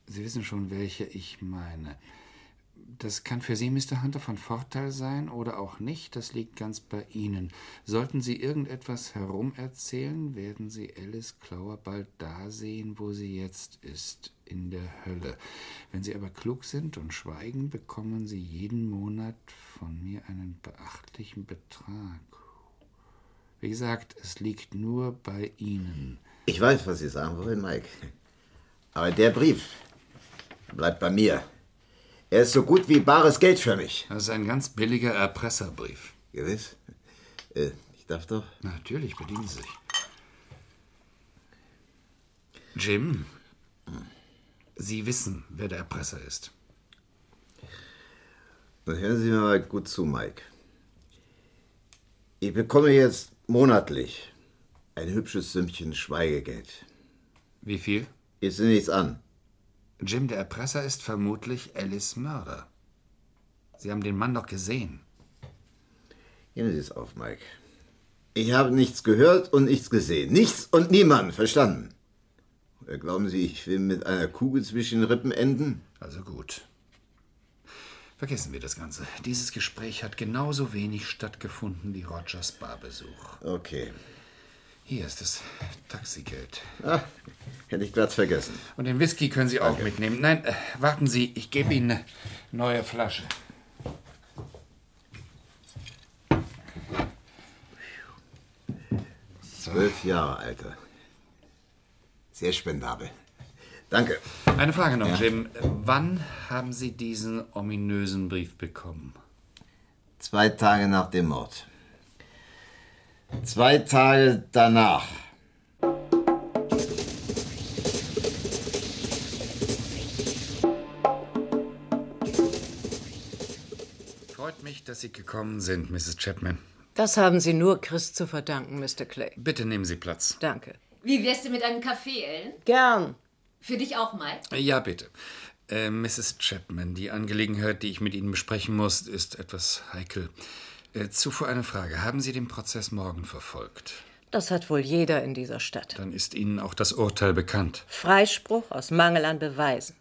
Sie wissen schon, welche ich meine. Das kann für Sie, Mr. Hunter, von Vorteil sein oder auch nicht. Das liegt ganz bei Ihnen. Sollten Sie irgendetwas herumerzählen, werden Sie Alice Clower bald da sehen, wo sie jetzt ist, in der Hölle. Wenn Sie aber klug sind und schweigen, bekommen Sie jeden Monat von mir einen beachtlichen Betrag. Wie gesagt, es liegt nur bei Ihnen.
Ich weiß, was Sie sagen wollen, Mike. Aber der Brief bleibt bei mir. Er ist so gut wie bares Geld für mich.
Das ist ein ganz billiger Erpresserbrief.
Gewiss. Äh, ich darf doch.
Natürlich, bedienen Sie sich. Jim, Sie wissen, wer der Erpresser ist.
Dann hören Sie mir mal gut zu, Mike. Ich bekomme jetzt monatlich ein hübsches Sümmchen Schweigegeld.
Wie viel?
Ich sehe nichts an.
Jim, der Erpresser ist vermutlich Alice Mörder. Sie haben den Mann doch gesehen.
Geben Sie es auf, Mike. Ich habe nichts gehört und nichts gesehen. Nichts und niemand, verstanden? Oder glauben Sie, ich will mit einer Kugel zwischen den Rippen enden?
Also gut. Vergessen wir das Ganze. Dieses Gespräch hat genauso wenig stattgefunden wie Rogers Barbesuch.
Okay.
Hier ist das Taxigeld.
Ah, hätte ich glatt vergessen.
Und den Whisky können Sie auch mitnehmen. Nein, äh, warten Sie, ich gebe Ihnen eine neue Flasche.
Zwölf Jahre, Alter. Sehr spendabel. Danke.
Eine Frage noch,
Ja.
Jim. Wann haben Sie diesen ominösen Brief bekommen?
Zwei Tage nach dem Mord. Zwei Tage danach.
Freut mich, dass Sie gekommen sind, Mrs. Chapman.
Das haben Sie nur Chris zu verdanken, Mr. Clay.
Bitte nehmen Sie Platz.
Danke.
Hm.
Wie wär's denn mit einem Kaffee, Ellen?
Gern.
Für dich auch, Mike?
Ja, bitte. Äh, Mrs. Chapman, die Angelegenheit, die ich mit Ihnen besprechen muss, ist etwas heikel. Äh, zuvor eine Frage. Haben Sie den Prozess morgen verfolgt?
Das hat wohl jeder in dieser Stadt.
Dann ist Ihnen auch das Urteil bekannt.
Freispruch aus Mangel an Beweisen.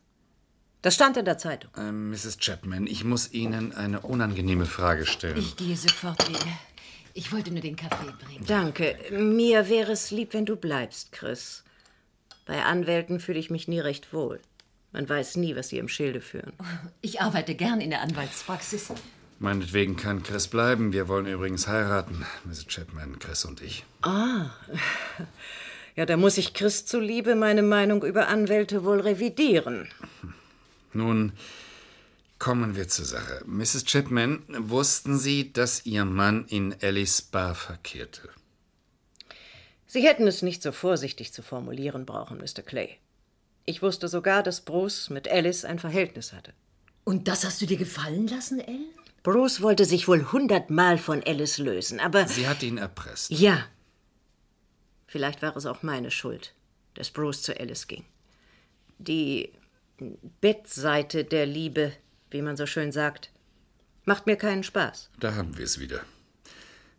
Das stand in der Zeitung.
Äh, Mrs. Chapman, ich muss Ihnen eine unangenehme Frage stellen.
Ich gehe sofort wieder. Ich wollte nur den Kaffee bringen.
Danke. Mir wäre es lieb, wenn du bleibst, Chris. Bei Anwälten fühle ich mich nie recht wohl. Man weiß nie, was sie im Schilde führen.
Oh.
Ich arbeite gern in der Anwaltspraxis.
Meinetwegen kann Chris bleiben. Wir wollen übrigens heiraten, Mrs. Chapman, Chris und ich.
Ah. Ja, da muss ich Chris zuliebe meine Meinung über Anwälte wohl revidieren.
Nun kommen wir zur Sache. Mrs. Chapman, wussten Sie, dass Ihr Mann in Alice Bar verkehrte?
Sie hätten es nicht so vorsichtig zu formulieren brauchen, Mr. Clay. Ich wusste sogar, dass Bruce mit Alice ein Verhältnis hatte.
Und das hast du dir gefallen lassen, Elle?
Bruce wollte sich wohl hundertmal von Alice lösen, aber.
Sie hat ihn erpresst.
Ja. Vielleicht war es auch meine Schuld, dass Bruce zu Alice ging. Die Bettseite der Liebe, wie man so schön sagt, macht mir keinen Spaß.
Da haben wir es wieder.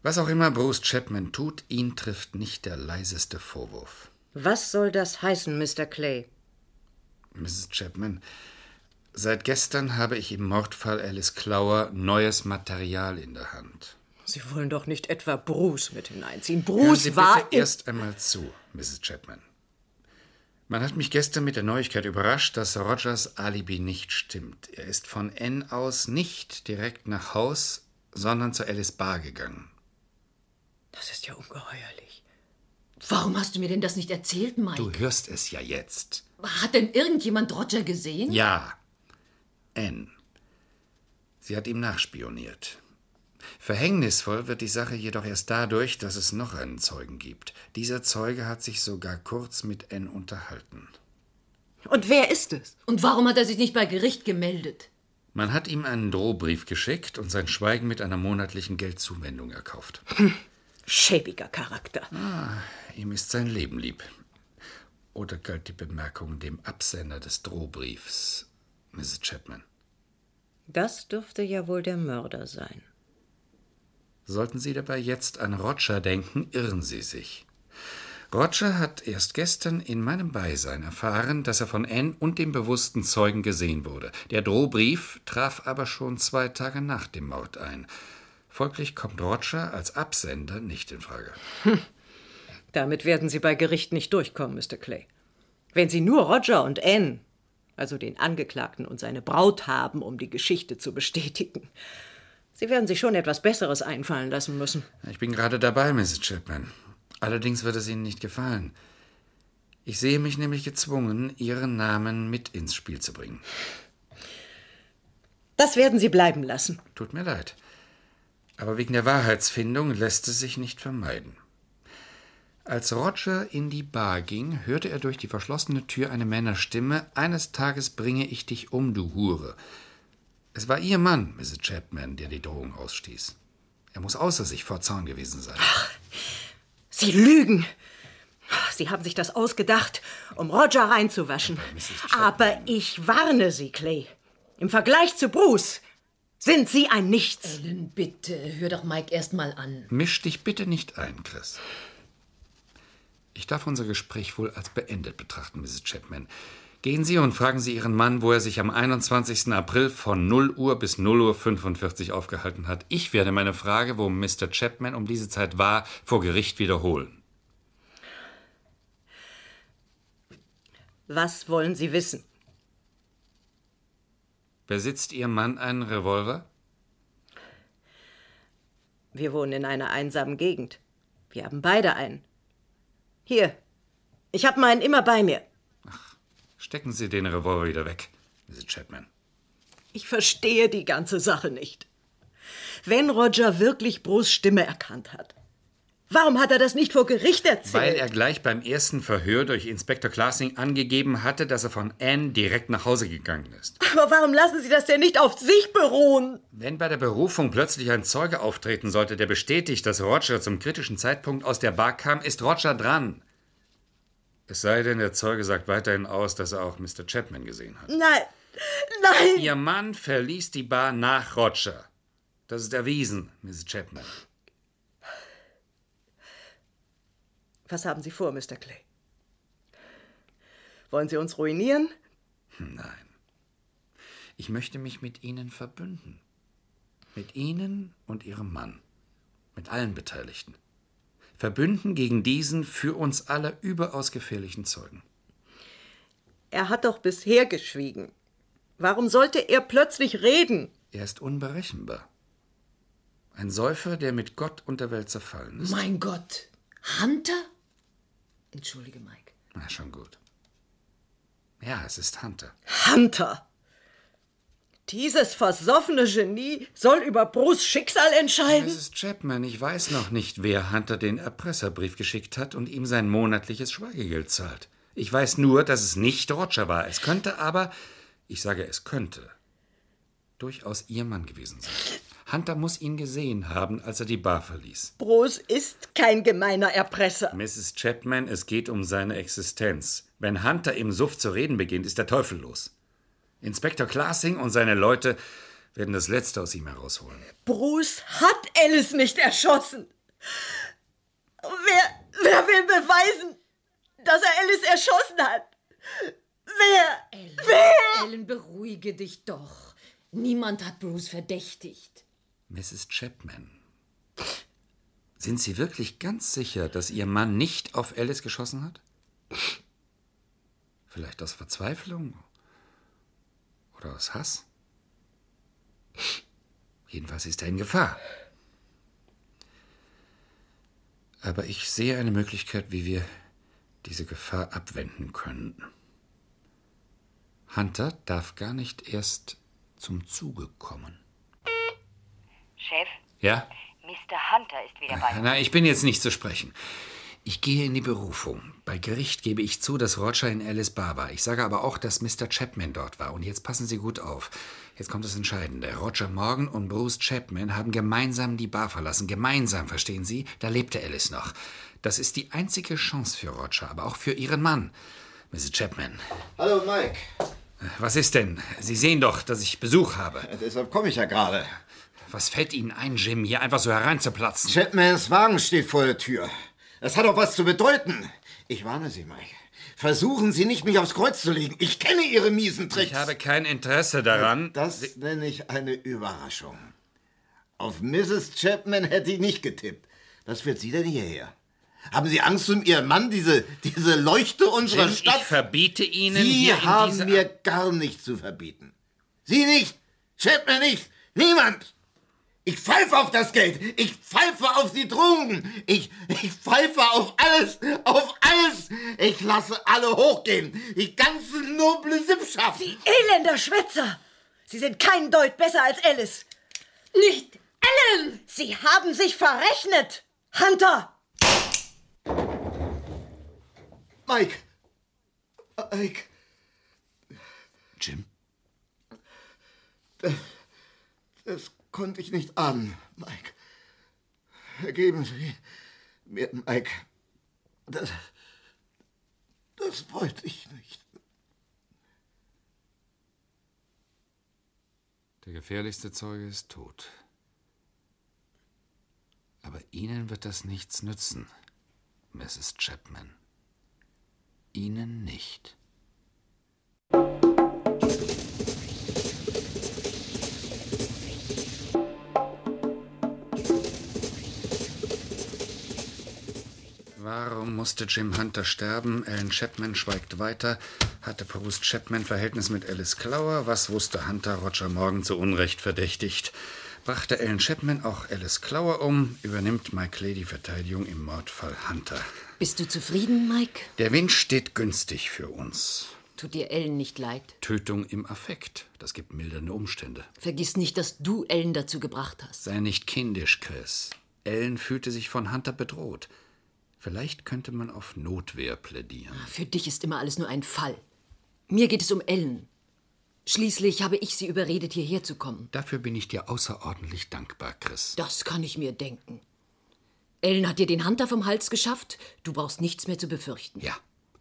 Was auch immer Bruce Chapman tut, ihn trifft nicht der leiseste Vorwurf.
Was soll das heißen, Mr. Clay?
Mrs. Chapman, seit gestern habe ich im Mordfall Alice Clower neues Material in der Hand.
Sie wollen doch nicht etwa Bruce mit hineinziehen.
Hören
Bruce
Sie
war.
bitte
in-
erst einmal zu, Mrs. Chapman. Man hat mich gestern mit der Neuigkeit überrascht, dass Rogers Alibi nicht stimmt. Er ist von N aus nicht direkt nach Haus, sondern zur Alice Bar gegangen.
Das ist ja ungeheuerlich.
Warum hast du mir denn das nicht erzählt, Mike?
Du hörst es ja jetzt.
Hat denn irgendjemand Roger gesehen?
Ja. N. Sie hat ihm nachspioniert. Verhängnisvoll wird die Sache jedoch erst dadurch, dass es noch einen Zeugen gibt. Dieser Zeuge hat sich sogar kurz mit N unterhalten.
Und wer ist es?
Und warum hat er sich nicht bei Gericht gemeldet?
Man hat ihm einen Drohbrief geschickt und sein Schweigen mit einer monatlichen Geldzuwendung erkauft.
Schäbiger Charakter.
Ah, ihm ist sein Leben lieb. Oder galt die Bemerkung dem Absender des Drohbriefs, Mrs. Chapman?
Das dürfte ja wohl der Mörder sein.
Sollten Sie dabei jetzt an Roger denken, irren Sie sich. Roger hat erst gestern in meinem Beisein erfahren, dass er von Anne und dem bewussten Zeugen gesehen wurde. Der Drohbrief traf aber schon zwei Tage nach dem Mord ein. Folglich kommt Roger als Absender nicht in Frage.
Damit werden Sie bei Gericht nicht durchkommen, Mr. Clay. Wenn Sie nur Roger und Anne, also den Angeklagten und seine Braut haben, um die Geschichte zu bestätigen, Sie werden sich schon etwas Besseres einfallen lassen müssen.
Ich bin gerade dabei, Mrs. Chapman. Allerdings wird es Ihnen nicht gefallen. Ich sehe mich nämlich gezwungen, Ihren Namen mit ins Spiel zu bringen.
Das werden Sie bleiben lassen.
Tut mir leid. Aber wegen der Wahrheitsfindung lässt es sich nicht vermeiden. Als Roger in die Bar ging, hörte er durch die verschlossene Tür eine Männerstimme Eines Tages bringe ich dich um, du Hure. Es war ihr Mann, Mrs. Chapman, der die Drohung ausstieß. Er muss außer sich vor Zorn gewesen sein.
Sie lügen! Sie haben sich das ausgedacht, um Roger reinzuwaschen. Aber ich warne Sie, Clay. Im Vergleich zu Bruce sind Sie ein Nichts.
Ellen, bitte, hör doch Mike erst mal an.
Misch dich bitte nicht ein, Chris. Ich darf unser Gespräch wohl als beendet betrachten, Mrs. Chapman. Gehen Sie und fragen Sie Ihren Mann, wo er sich am 21. April von 0 Uhr bis 0 Uhr 45 aufgehalten hat. Ich werde meine Frage, wo Mr. Chapman um diese Zeit war, vor Gericht wiederholen.
Was wollen Sie wissen?
Besitzt Ihr Mann einen Revolver?
Wir wohnen in einer einsamen Gegend. Wir haben beide einen. Hier, ich habe meinen immer bei mir.
Stecken Sie den Revolver wieder weg, Mrs. Chapman.
Ich verstehe die ganze Sache nicht. Wenn Roger wirklich Bruce Stimme erkannt hat, warum hat er das nicht vor Gericht
Weil
erzählt?
er gleich beim ersten Verhör durch Inspektor Classing angegeben hatte, dass er von Anne direkt nach Hause gegangen ist.
Aber warum lassen Sie das denn nicht auf sich beruhen?
Wenn bei der Berufung plötzlich ein Zeuge auftreten sollte, der bestätigt, dass Roger zum kritischen Zeitpunkt aus der Bar kam, ist Roger dran. Es sei denn, der Zeuge sagt weiterhin aus, dass er auch Mr. Chapman gesehen hat.
Nein, nein.
Ihr Mann verließ die Bar nach Roger. Das ist erwiesen, Mrs. Chapman.
Was haben Sie vor, Mr. Clay? Wollen Sie uns ruinieren?
Nein. Ich möchte mich mit Ihnen verbünden. Mit Ihnen und Ihrem Mann. Mit allen Beteiligten. Verbünden gegen diesen für uns alle überaus gefährlichen Zeugen.
Er hat doch bisher geschwiegen. Warum sollte er plötzlich reden?
Er ist unberechenbar. Ein Säufer, der mit Gott und der Welt zerfallen ist.
Mein Gott. Hunter? Entschuldige, Mike.
Na, schon gut. Ja, es ist Hunter.
Hunter! Dieses versoffene Genie soll über Bruce Schicksal entscheiden?
Mrs. Chapman, ich weiß noch nicht, wer Hunter den Erpresserbrief geschickt hat und ihm sein monatliches Schweigegeld zahlt. Ich weiß nur, dass es nicht Roger war. Es könnte aber, ich sage es könnte, durchaus ihr Mann gewesen sein. Hunter muss ihn gesehen haben, als er die Bar verließ.
Bruce ist kein gemeiner Erpresser.
Mrs. Chapman, es geht um seine Existenz. Wenn Hunter im Suff zu reden beginnt, ist der Teufel los. Inspektor Classing und seine Leute werden das Letzte aus ihm herausholen.
Bruce hat Alice nicht erschossen. Wer, wer will beweisen, dass er Alice erschossen hat? Wer?
Ellen,
Wer?
Ellen, beruhige dich doch. Niemand hat Bruce verdächtigt.
Mrs. Chapman. Sind Sie wirklich ganz sicher, dass Ihr Mann nicht auf Alice geschossen hat? Vielleicht aus Verzweiflung? Oder aus Hass? Jedenfalls ist er in Gefahr. Aber ich sehe eine Möglichkeit, wie wir diese Gefahr abwenden können. Hunter darf gar nicht erst zum Zuge kommen.
Chef,
Ja?
Mr. Hunter ist wieder bei
Na, ich bin jetzt nicht zu sprechen. Ich gehe in die Berufung. Bei Gericht gebe ich zu, dass Roger in Alice Bar war. Ich sage aber auch, dass Mr. Chapman dort war. Und jetzt passen Sie gut auf. Jetzt kommt das Entscheidende. Roger Morgan und Bruce Chapman haben gemeinsam die Bar verlassen. Gemeinsam, verstehen Sie? Da lebte Alice noch. Das ist die einzige Chance für Roger, aber auch für Ihren Mann. Mrs. Chapman,
Hallo, Mike.
was ist denn? Sie sehen doch, dass ich Besuch habe.
Deshalb komme ich ja gerade.
Was fällt Ihnen ein, Jim, hier einfach so hereinzuplatzen?
Chapmans Wagen steht vor der Tür. Das hat auch was zu bedeuten. Ich warne Sie, Mike. Versuchen Sie nicht, mich aufs Kreuz zu legen. Ich kenne Ihre miesen Tricks.
Ich habe kein Interesse daran.
Das nenne ich eine Überraschung. Auf Mrs. Chapman hätte ich nicht getippt. Was führt Sie denn hierher? Haben Sie Angst um Ihren Mann, diese, diese Leuchte unserer
Jim,
Stadt?
Ich verbiete Ihnen
Sie
hier in
haben
diese...
mir gar nichts zu verbieten. Sie nicht! Chapman nicht! Niemand! Ich pfeife auf das Geld! Ich pfeife auf die Drogen! Ich, ich pfeife auf alles! Auf alles! Ich lasse alle hochgehen! Die ganze noble Sippschaft!
Sie elender Schwätzer! Sie sind kein Deut besser als Alice!
Nicht
Ellen! Sie haben sich verrechnet! Hunter!
Mike! Mike!
Jim?
Das, Äh, das konnte ich nicht ahnen, Mike. Vergeben Sie mir, Mike. Das, das wollte ich nicht.
Der gefährlichste Zeuge ist tot. Aber Ihnen wird das nichts nützen, Mrs. Chapman. Ihnen nicht. Warum musste Jim Hunter sterben? Ellen Chapman schweigt weiter. Hatte Bruce Chapman Verhältnis mit Alice Clower? Was wusste Hunter Roger Morgan zu Unrecht verdächtigt? Brachte Ellen Chapman auch Alice Clower um? Übernimmt Mike Clay die Verteidigung im Mordfall Hunter.
Bist du zufrieden, Mike?
Der Wind steht günstig für uns.
Tut dir Ellen nicht leid.
Tötung im Affekt. Das gibt mildernde Umstände.
Vergiss nicht, dass du Ellen dazu gebracht hast.
Sei nicht kindisch, Chris. Ellen fühlte sich von Hunter bedroht. Vielleicht könnte man auf Notwehr plädieren.
Ah, Für dich ist immer alles nur ein Fall. Mir geht es um Ellen. Schließlich habe ich sie überredet, hierher zu kommen.
Dafür bin ich dir außerordentlich dankbar, Chris.
Das kann ich mir denken. Ellen hat dir den Hunter vom Hals geschafft. Du brauchst nichts mehr zu befürchten.
Ja,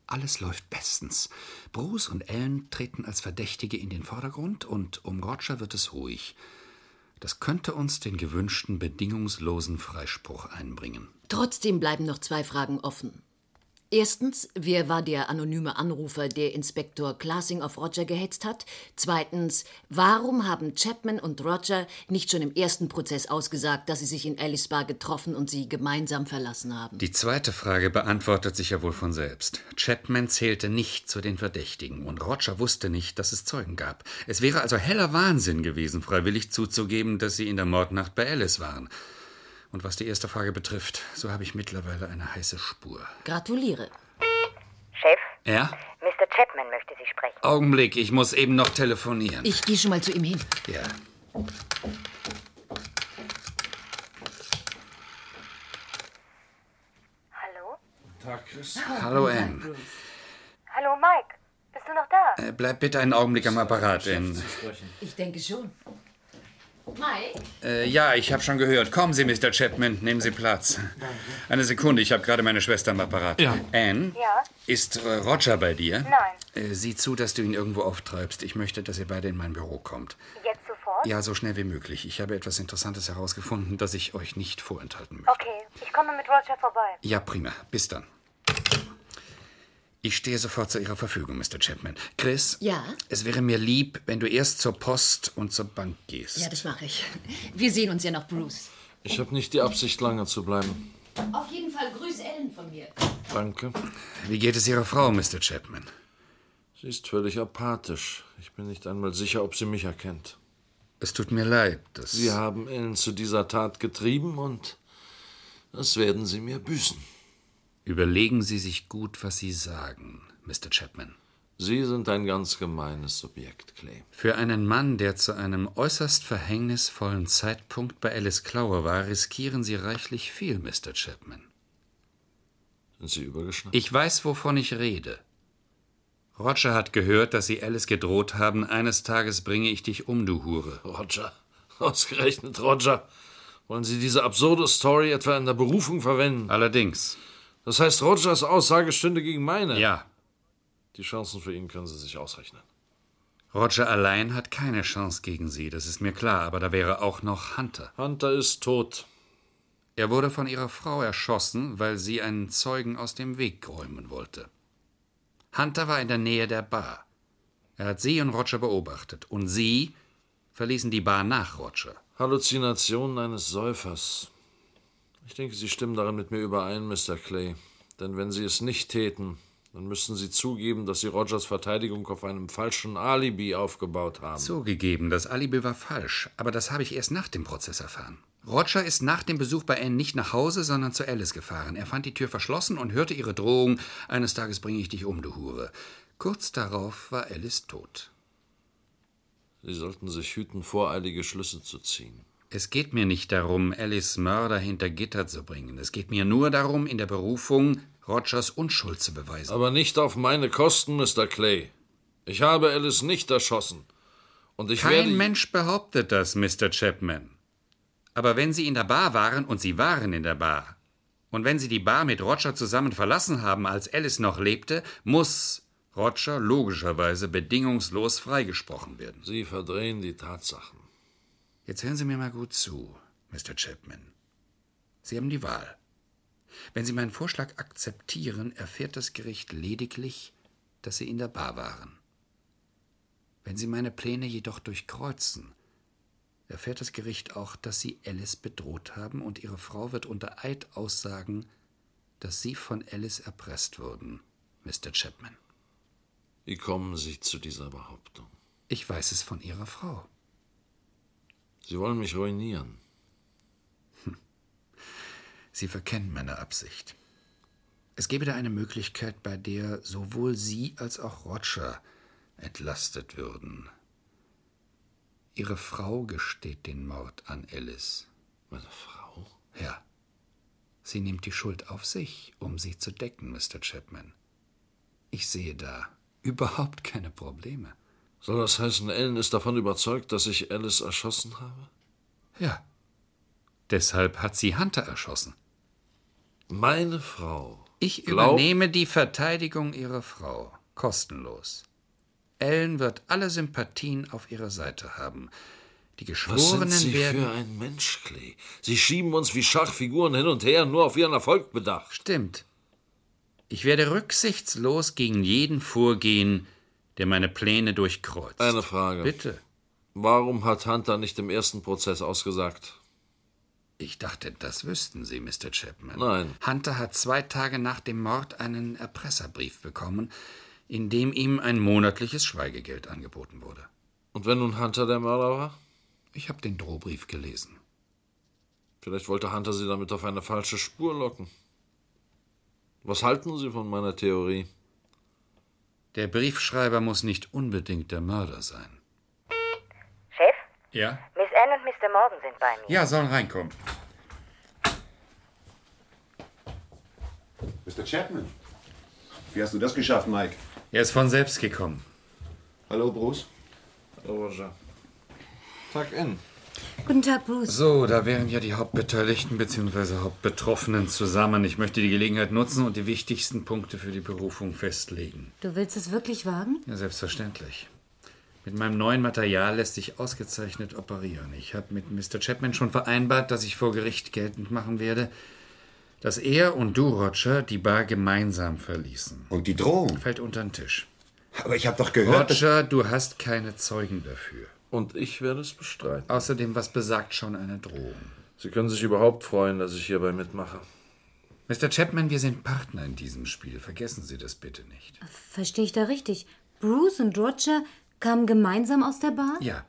alles läuft bestens. Bruce und Ellen treten als Verdächtige in den Vordergrund und um Roger wird es ruhig. Das könnte uns den gewünschten bedingungslosen Freispruch einbringen.
Trotzdem bleiben noch zwei Fragen offen.
Erstens, wer war der anonyme Anrufer, der Inspektor Classing auf Roger gehetzt hat? Zweitens, warum haben Chapman und Roger nicht schon im ersten Prozess ausgesagt, dass sie sich in Alice Bar getroffen und sie gemeinsam verlassen haben?
Die zweite Frage beantwortet sich ja wohl von selbst. Chapman zählte nicht zu den Verdächtigen und Roger wusste nicht, dass es Zeugen gab. Es wäre also heller Wahnsinn gewesen, freiwillig zuzugeben, dass sie in der Mordnacht bei Alice waren. Und was die erste Frage betrifft, so habe ich mittlerweile eine heiße Spur.
Gratuliere.
Chef,
Ja?
Mr. Chapman möchte Sie sprechen.
Augenblick, ich muss eben noch telefonieren.
Ich gehe schon mal zu ihm hin.
Ja.
Tag, Chris.
Hallo, Ann.
Hallo, Mike. Bist du noch da?
Äh, Bleib bitte einen Augenblick am Apparat, Ann.
Ich denke schon. Mike?
Äh, ja, ich habe schon gehört. Kommen Sie, Mr. Chapman, nehmen Sie Platz. Eine Sekunde, ich habe gerade meine Schwester am Apparat. Ja. Ann,
Ja?
ist äh, Roger bei dir?
Nein.
Äh, sieh zu, dass du ihn irgendwo auftreibst. Ich möchte, dass ihr beide in mein Büro kommt.
Jetzt sofort?
Ja, so schnell wie möglich. Ich habe etwas Interessantes herausgefunden, das ich euch nicht vorenthalten möchte.
Okay, ich komme mit Roger vorbei.
Ja, prima. Bis dann. Ich stehe sofort zu Ihrer Verfügung, Mr. Chapman. Chris?
Ja?
Es wäre mir lieb, wenn du erst zur Post und zur Bank gehst.
Ja, das mache ich. Wir sehen uns ja noch, Bruce.
Ich habe nicht die Absicht, lange zu bleiben.
Auf jeden Fall grüß Ellen von mir.
Danke.
Wie geht es Ihrer Frau, Mr. Chapman?
Sie ist völlig apathisch. Ich bin nicht einmal sicher, ob sie mich erkennt.
Es tut mir leid, dass...
Sie haben ihn zu dieser Tat getrieben und das werden Sie mir büßen.
Überlegen Sie sich gut, was Sie sagen, Mr. Chapman.
Sie sind ein ganz gemeines Subjekt, Clay.
Für einen Mann, der zu einem äußerst verhängnisvollen Zeitpunkt bei Alice Clower war, riskieren Sie reichlich viel, Mr. Chapman.
Sind Sie übergeschnappt?
Ich weiß, wovon ich rede. Roger hat gehört, dass Sie Alice gedroht haben, eines Tages bringe ich dich um, du Hure.
Roger. Ausgerechnet, Roger. Wollen Sie diese absurde Story etwa in der Berufung verwenden?
Allerdings.
Das heißt, Rogers Aussage stünde gegen meine?
Ja.
Die Chancen für ihn können Sie sich ausrechnen.
Roger allein hat keine Chance gegen Sie, das ist mir klar, aber da wäre auch noch Hunter.
Hunter ist tot.
Er wurde von Ihrer Frau erschossen, weil sie einen Zeugen aus dem Weg räumen wollte. Hunter war in der Nähe der Bar. Er hat Sie und Roger beobachtet und Sie verließen die Bar nach Roger.
Halluzinationen eines Säufers. Ich denke, Sie stimmen darin mit mir überein, Mr. Clay. Denn wenn Sie es nicht täten, dann müssten Sie zugeben, dass Sie Rogers Verteidigung auf einem falschen Alibi aufgebaut haben.
Zugegeben, das Alibi war falsch, aber das habe ich erst nach dem Prozess erfahren. Roger ist nach dem Besuch bei Anne nicht nach Hause, sondern zu Alice gefahren. Er fand die Tür verschlossen und hörte ihre Drohung: Eines Tages bringe ich dich um, du Hure. Kurz darauf war Alice tot.
Sie sollten sich hüten, voreilige Schlüsse zu ziehen.
Es geht mir nicht darum, Alice Mörder hinter Gitter zu bringen. Es geht mir nur darum, in der Berufung Rogers Unschuld zu beweisen.
Aber nicht auf meine Kosten, Mr. Clay. Ich habe Alice nicht erschossen. Und ich werde.
Kein Mensch behauptet das, Mr. Chapman. Aber wenn Sie in der Bar waren und Sie waren in der Bar, und wenn Sie die Bar mit Roger zusammen verlassen haben, als Alice noch lebte, muss Roger logischerweise bedingungslos freigesprochen werden.
Sie verdrehen die Tatsachen.
Jetzt hören Sie mir mal gut zu, Mr. Chapman. Sie haben die Wahl. Wenn Sie meinen Vorschlag akzeptieren, erfährt das Gericht lediglich, dass Sie in der Bar waren. Wenn Sie meine Pläne jedoch durchkreuzen, erfährt das Gericht auch, dass Sie Alice bedroht haben und Ihre Frau wird unter Eid aussagen, dass Sie von Alice erpresst wurden, Mr. Chapman.
Wie kommen Sie zu dieser Behauptung?
Ich weiß es von Ihrer Frau.
Sie wollen mich ruinieren.
Sie verkennen meine Absicht. Es gäbe da eine Möglichkeit, bei der sowohl Sie als auch Roger entlastet würden. Ihre Frau gesteht den Mord an Alice.
Meine Frau?
Ja. Sie nimmt die Schuld auf sich, um sie zu decken, Mr. Chapman. Ich sehe da überhaupt keine Probleme.
Soll das heißen, Ellen ist davon überzeugt, dass ich Alice erschossen habe?
Ja. Deshalb hat sie Hunter erschossen.
Meine Frau.
Ich
Glaub-
übernehme die Verteidigung Ihrer Frau. Kostenlos. Ellen wird alle Sympathien auf ihrer Seite haben.
Was
Die Geschworenen
sind Sie
werden.
für ein Mensch, Clay? Sie schieben uns wie Schachfiguren hin und her, nur auf Ihren Erfolg bedacht.
Stimmt. Ich werde rücksichtslos gegen jeden vorgehen, der meine Pläne durchkreuzt.
Eine Frage.
Bitte.
Warum hat Hunter nicht im ersten Prozess ausgesagt?
Ich dachte, das wüssten Sie, Mr. Chapman.
Nein.
Hunter hat zwei Tage nach dem Mord einen Erpresserbrief bekommen, in dem ihm ein monatliches Schweigegeld angeboten wurde.
Und wenn nun Hunter der Mörder war?
Ich habe den Drohbrief gelesen.
Vielleicht wollte Hunter Sie damit auf eine falsche Spur locken. Was halten Sie von meiner Theorie?
Der Briefschreiber muss nicht unbedingt der Mörder sein.
Chef,
Ja?
Miss Anne und Mr. Morgan sind bei mir.
Ja, sollen reinkommen.
Mr. Chapman. Wie hast du das geschafft, Mike?
Er ist von selbst gekommen.
Hallo, Bruce.
Hallo, Roger. Tag in.
Guten Tag, Bruce.
So, da wären ja die Hauptbeteiligten bzw. Hauptbetroffenen zusammen. Ich möchte die Gelegenheit nutzen und die wichtigsten Punkte für die Berufung festlegen.
Du willst es wirklich wagen?
Ja, selbstverständlich. Mit meinem neuen Material lässt sich ausgezeichnet operieren. Ich habe mit Mr. Chapman schon vereinbart, dass ich vor Gericht geltend machen werde, dass er und du, Roger, die Bar gemeinsam verließen.
Und die Drohung?
Fällt unter den Tisch.
Aber ich habe doch gehört.
Roger, du hast keine Zeugen dafür.
Und ich werde es bestreiten.
Außerdem, was besagt schon eine Drohung?
Sie können sich überhaupt freuen, dass ich hierbei mitmache.
Mr. Chapman, wir sind Partner in diesem Spiel. Vergessen Sie das bitte nicht.
Verstehe ich da richtig? Bruce und Roger kamen gemeinsam aus der Bar?
Ja.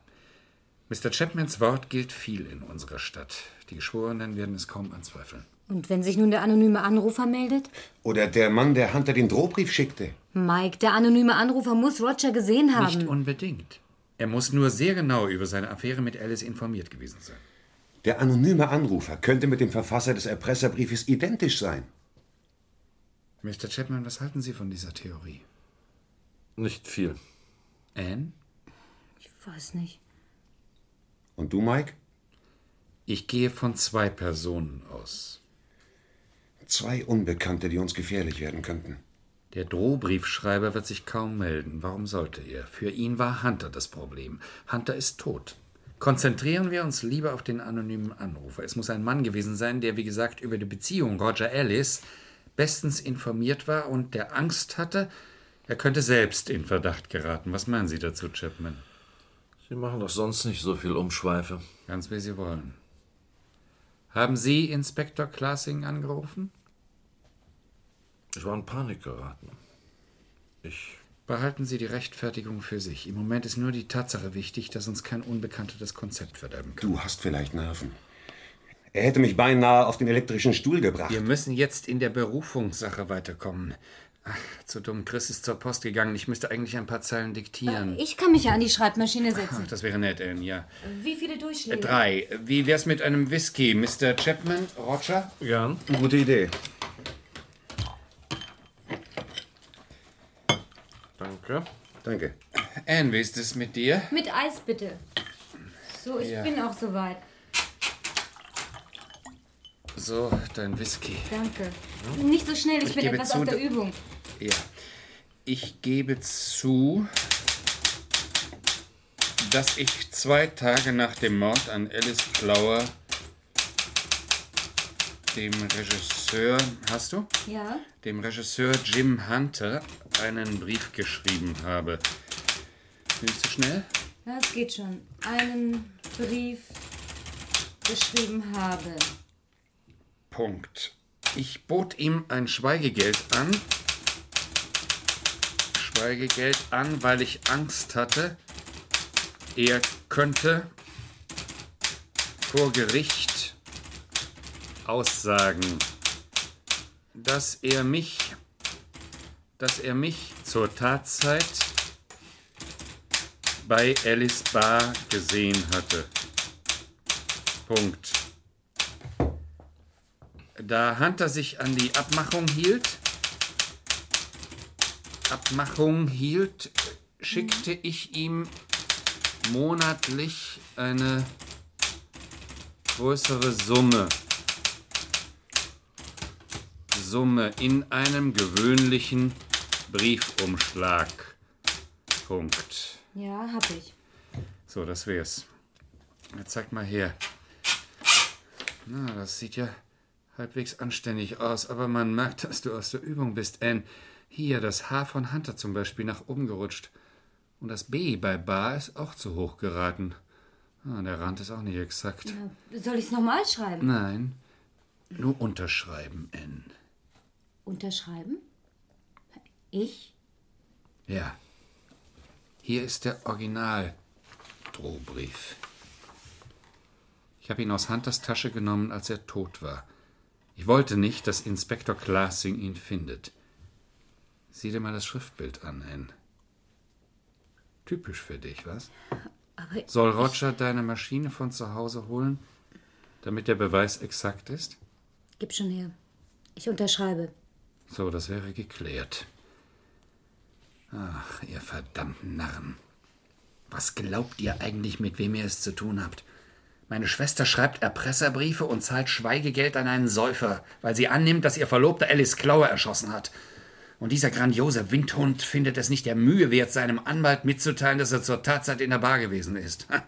Mr. Chapmans Wort gilt viel in unserer Stadt. Die Geschworenen werden es kaum anzweifeln.
Und wenn sich nun der anonyme Anrufer meldet?
Oder der Mann, der Hunter den Drohbrief schickte.
Mike, der anonyme Anrufer muss Roger gesehen haben.
Nicht unbedingt. Er muss nur sehr genau über seine Affäre mit Alice informiert gewesen sein.
Der anonyme Anrufer könnte mit dem Verfasser des Erpresserbriefes identisch sein.
Mr. Chapman, was halten Sie von dieser Theorie?
Nicht viel.
Anne?
Ich weiß nicht.
Und du, Mike?
Ich gehe von zwei Personen aus.
Zwei Unbekannte, die uns gefährlich werden könnten.
Der Drohbriefschreiber wird sich kaum melden. Warum sollte er? Für ihn war Hunter das Problem. Hunter ist tot. Konzentrieren wir uns lieber auf den anonymen Anrufer. Es muss ein Mann gewesen sein, der, wie gesagt, über die Beziehung Roger Ellis bestens informiert war und der Angst hatte, er könnte selbst in Verdacht geraten. Was meinen Sie dazu, Chapman?
Sie machen doch sonst nicht so viel Umschweife.
Ganz wie Sie wollen. Haben Sie Inspektor Klassing angerufen?
Ich war in Panik geraten. Ich.
Behalten Sie die Rechtfertigung für sich. Im Moment ist nur die Tatsache wichtig, dass uns kein Unbekannter das Konzept verderben kann.
Du hast vielleicht Nerven. Er hätte mich beinahe auf den elektrischen Stuhl gebracht.
Wir müssen jetzt in der Berufungssache weiterkommen. Ach, zu dumm. Chris ist zur Post gegangen. Ich müsste eigentlich ein paar Zeilen diktieren.
Äh, Ich kann mich ja an die Schreibmaschine
Ach,
setzen.
das wäre nett, Anne, ja.
Wie viele
Äh,
Durchschläge?
drei. Wie wär's mit einem Whisky, Mr. Chapman? Roger?
Gern.
Gute Idee.
Danke.
Danke.
Anne, wie ist es mit dir?
Mit Eis bitte. So, ich
Ja.
bin auch soweit.
So, dein Whisky.
Danke. Hm? Nicht so schnell, ich,
Ich
bin
gebe
etwas
zu,
aus der
da-
Übung.
Ja. Ich gebe zu, dass ich zwei Tage nach dem Mord an Alice Clower dem Regisseur, hast du?
Ja?
Dem Regisseur Jim Hunter einen Brief geschrieben habe. Willst du schnell?
Ja, es geht schon. Einen Brief geschrieben habe.
Punkt. Ich bot ihm ein Schweigegeld an. Schweigegeld an, weil ich Angst hatte, er könnte vor Gericht aussagen, dass er mich, dass er mich zur Tatzeit bei Alice Barr gesehen hatte. Punkt. Da Hunter sich an die Abmachung hielt, Abmachung hielt, schickte ich ihm monatlich eine größere Summe. Summe in einem gewöhnlichen Briefumschlag. Punkt.
Ja, hab ich.
So, das wär's. Jetzt zeig mal her. Na, das sieht ja halbwegs anständig aus, aber man merkt, dass du aus der Übung bist, Anne. Hier, das H von Hunter zum Beispiel nach oben gerutscht. Und das B bei Bar ist auch zu hoch geraten. Ah, der Rand ist auch nicht exakt.
Soll ich es nochmal schreiben?
Nein, nur unterschreiben, Anne.
Unterschreiben? Ich?
Ja. Hier ist der Original-Drohbrief. Ich habe ihn aus Hunters Tasche genommen, als er tot war. Ich wollte nicht, dass Inspektor Classing ihn findet. Sieh dir mal das Schriftbild an, Anne. Typisch für dich, was?
Aber ich-
Soll Roger deine Maschine von zu Hause holen, damit der Beweis exakt ist?
Gib schon her. Ich unterschreibe.
So, das wäre geklärt. Ach, ihr verdammten Narren. Was glaubt ihr eigentlich, mit wem ihr es zu tun habt? Meine Schwester schreibt Erpresserbriefe und zahlt Schweigegeld an einen Säufer, weil sie annimmt, dass ihr Verlobter Alice Clower erschossen hat. Und dieser grandiose Windhund findet es nicht der Mühe wert, seinem Anwalt mitzuteilen, dass er zur Tatzeit in der Bar gewesen ist. Ha.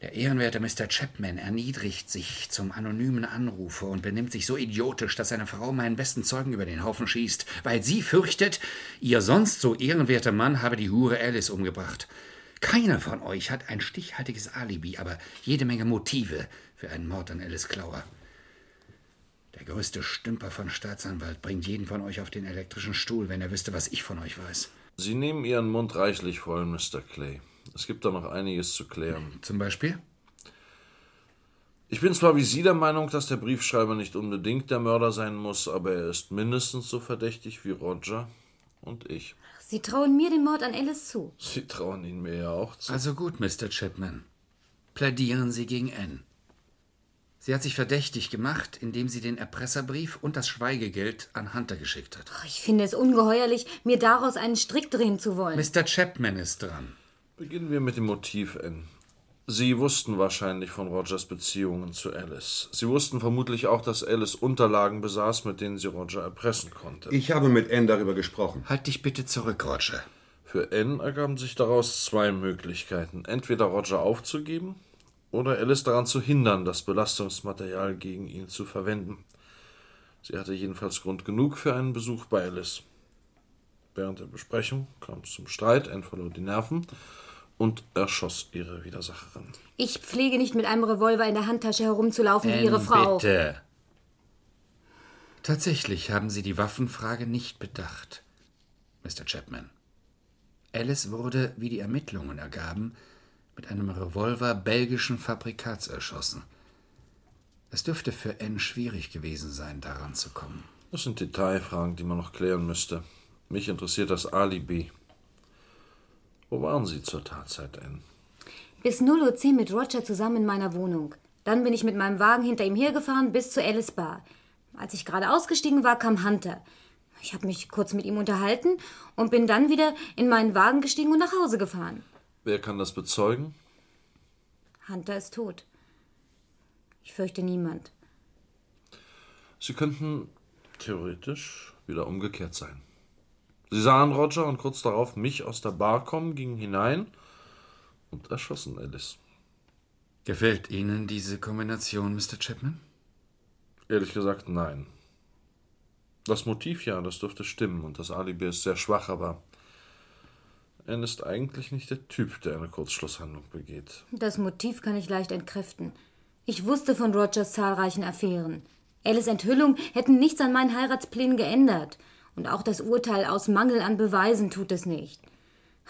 Der ehrenwerte Mr. Chapman erniedrigt sich zum anonymen Anrufe und benimmt sich so idiotisch, dass seine Frau meinen besten Zeugen über den Haufen schießt, weil sie fürchtet, ihr sonst so ehrenwerter Mann habe die Hure Alice umgebracht. Keiner von euch hat ein stichhaltiges Alibi, aber jede Menge Motive für einen Mord an Alice Clower. Der größte Stümper von Staatsanwalt bringt jeden von euch auf den elektrischen Stuhl, wenn er wüsste, was ich von euch weiß.
Sie nehmen Ihren Mund reichlich voll, Mr. Clay. Es gibt da noch einiges zu klären.
Zum Beispiel?
Ich bin zwar wie Sie der Meinung, dass der Briefschreiber nicht unbedingt der Mörder sein muss, aber er ist mindestens so verdächtig wie Roger und ich.
Sie trauen mir den Mord an Alice zu.
Sie trauen ihn mir ja auch zu.
Also gut, Mr. Chapman. Plädieren Sie gegen Anne. Sie hat sich verdächtig gemacht, indem sie den Erpresserbrief und das Schweigegeld an Hunter geschickt hat.
Oh, Ich finde es ungeheuerlich, mir daraus einen Strick drehen zu wollen.
Mr. Chapman ist dran.
Beginnen wir mit dem Motiv, Anne. Sie wussten wahrscheinlich von Rogers Beziehungen zu Alice. Sie wussten vermutlich auch, dass Alice Unterlagen besaß, mit denen sie Roger erpressen konnte.
Ich habe mit Anne darüber gesprochen.
Halt dich bitte zurück, Roger.
Für Anne ergaben sich daraus zwei Möglichkeiten. Entweder Roger aufzugeben oder Alice daran zu hindern, das Belastungsmaterial gegen ihn zu verwenden. Sie hatte jedenfalls Grund genug für einen Besuch bei Alice. Während der Besprechung kam es zum Streit, Anne verlor die Nerven und erschoss ihre Widersacherin.
Ich pflege nicht mit einem Revolver in der Handtasche herumzulaufen wie Ihre
Anne,
Frau.
Ähm, Bitte. Tatsächlich haben Sie die Waffenfrage nicht bedacht, Mr. Chapman. Alice wurde, wie die Ermittlungen ergaben, mit einem Revolver belgischen Fabrikats erschossen. Es dürfte für Anne schwierig gewesen sein, daran zu kommen.
Das sind Detailfragen, die man noch klären müsste. Mich interessiert das Alibi. Wo waren Sie zur Tatzeit, Anne?
Bis 0.10 Uhr mit Roger zusammen in meiner Wohnung. Dann bin ich mit meinem Wagen hinter ihm hergefahren bis zur Alice Bar. Als ich gerade ausgestiegen war, kam Hunter. Ich habe mich kurz mit ihm unterhalten und bin dann wieder in meinen Wagen gestiegen und nach Hause gefahren.
Wer kann das bezeugen?
Hunter ist tot. Ich fürchte niemand.
Sie könnten theoretisch wieder umgekehrt sein. Sie sahen Roger und kurz darauf mich aus der Bar kommen, gingen hinein und erschossen Alice.
Gefällt Ihnen diese Kombination, Mr. Chapman?
Ehrlich gesagt, nein. Das Motiv ja, das dürfte stimmen und das Alibi ist sehr schwach, aber Anne ist eigentlich nicht der Typ, der eine Kurzschlusshandlung begeht.
Das Motiv kann ich leicht entkräften. Ich wusste von Rogers zahlreichen Affären. Alice Enthüllung hätten nichts an meinen Heiratsplänen geändert. Und auch das Urteil aus Mangel an Beweisen tut es nicht.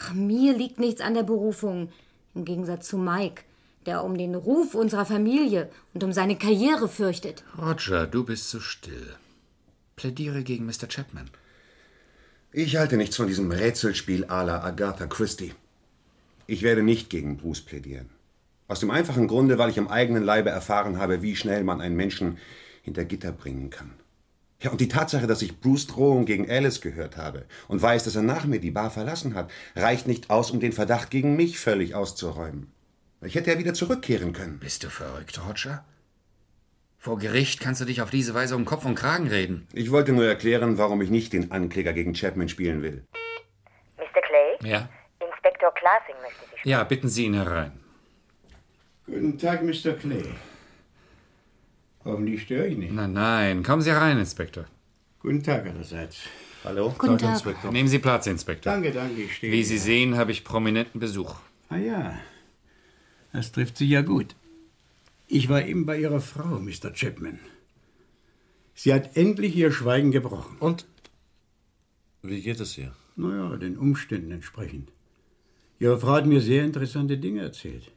Ach, mir liegt nichts an der Berufung. Im Gegensatz zu Mike, der um den Ruf unserer Familie und um seine Karriere fürchtet.
Roger, du bist so still. Plädiere gegen Mr. Chapman.
Ich halte nichts von diesem Rätselspiel à la Agatha Christie. Ich werde nicht gegen Bruce plädieren. Aus dem einfachen Grunde, weil ich am eigenen Leibe erfahren habe, wie schnell man einen Menschen hinter Gitter bringen kann. Ja, und die Tatsache, dass ich Bruce Drohung gegen Alice gehört habe und weiß, dass er nach mir die Bar verlassen hat, reicht nicht aus, um den Verdacht gegen mich völlig auszuräumen. Ich hätte ja wieder zurückkehren können.
Bist du verrückt, Roger? Vor Gericht kannst du dich auf diese Weise um Kopf und Kragen reden.
Ich wollte nur erklären, warum ich nicht den Ankläger gegen Chapman spielen will.
Mr. Clay?
Ja?
Inspektor Classing möchte Sie
Ja, bitten Sie ihn herein.
Guten Tag, Mr. Clay.
Hoffentlich störe ich nicht. Nein, nein. Kommen Sie herein, Inspektor.
Guten Tag allerseits.
Hallo.
Guten Tag, Tag. Inspektor.
Nehmen Sie Platz, Inspektor.
Danke, danke, ich stehe
Wie Sie
hier.
sehen, habe ich prominenten Besuch.
Ah ja, das trifft Sie ja gut. Ich war eben bei Ihrer Frau, Mr. Chapman. Sie hat endlich ihr Schweigen gebrochen.
Und? Wie geht es ihr?
Naja, den Umständen entsprechend. Ihre Frau hat mir sehr interessante Dinge erzählt.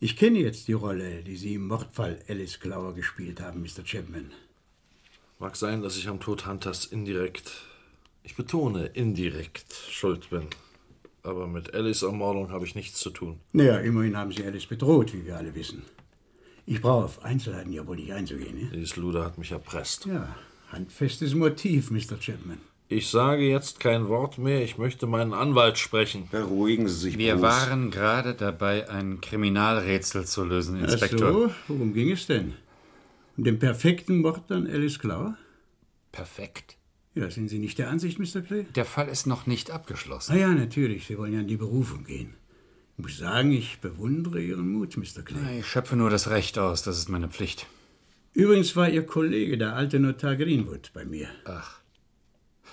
Ich kenne jetzt die Rolle, die Sie im Mordfall Alice Clower gespielt haben, Mr. Chapman.
Mag sein, dass ich am Tod Hunters indirekt, ich betone, indirekt schuld bin. Aber mit Ellis Ermordung habe ich nichts zu tun.
Naja, immerhin haben Sie Alice bedroht, wie wir alle wissen. Ich brauche auf Einzelheiten ja wohl nicht einzugehen. Ne?
Dieses Luder hat mich erpresst.
Ja, handfestes Motiv, Mr. Chapman.
Ich sage jetzt kein Wort mehr. Ich möchte meinen Anwalt sprechen.
Beruhigen Sie sich, Wir
Bruce.
waren gerade dabei, ein Kriminalrätsel zu lösen,
Ach
Inspektor.
so, Also, worum ging es denn? Um den perfekten Mord an Alice Clower?
Perfekt.
Ja, sind Sie nicht der Ansicht, Mr. Clay?
Der Fall ist noch nicht abgeschlossen.
Ah ja, natürlich. Sie wollen ja in die Berufung gehen. Ich muss sagen, ich bewundere Ihren Mut, Mr. Clay.
Ich schöpfe nur das Recht aus, das ist meine Pflicht.
Übrigens war Ihr Kollege, der alte Notar Greenwood, bei mir.
Ach.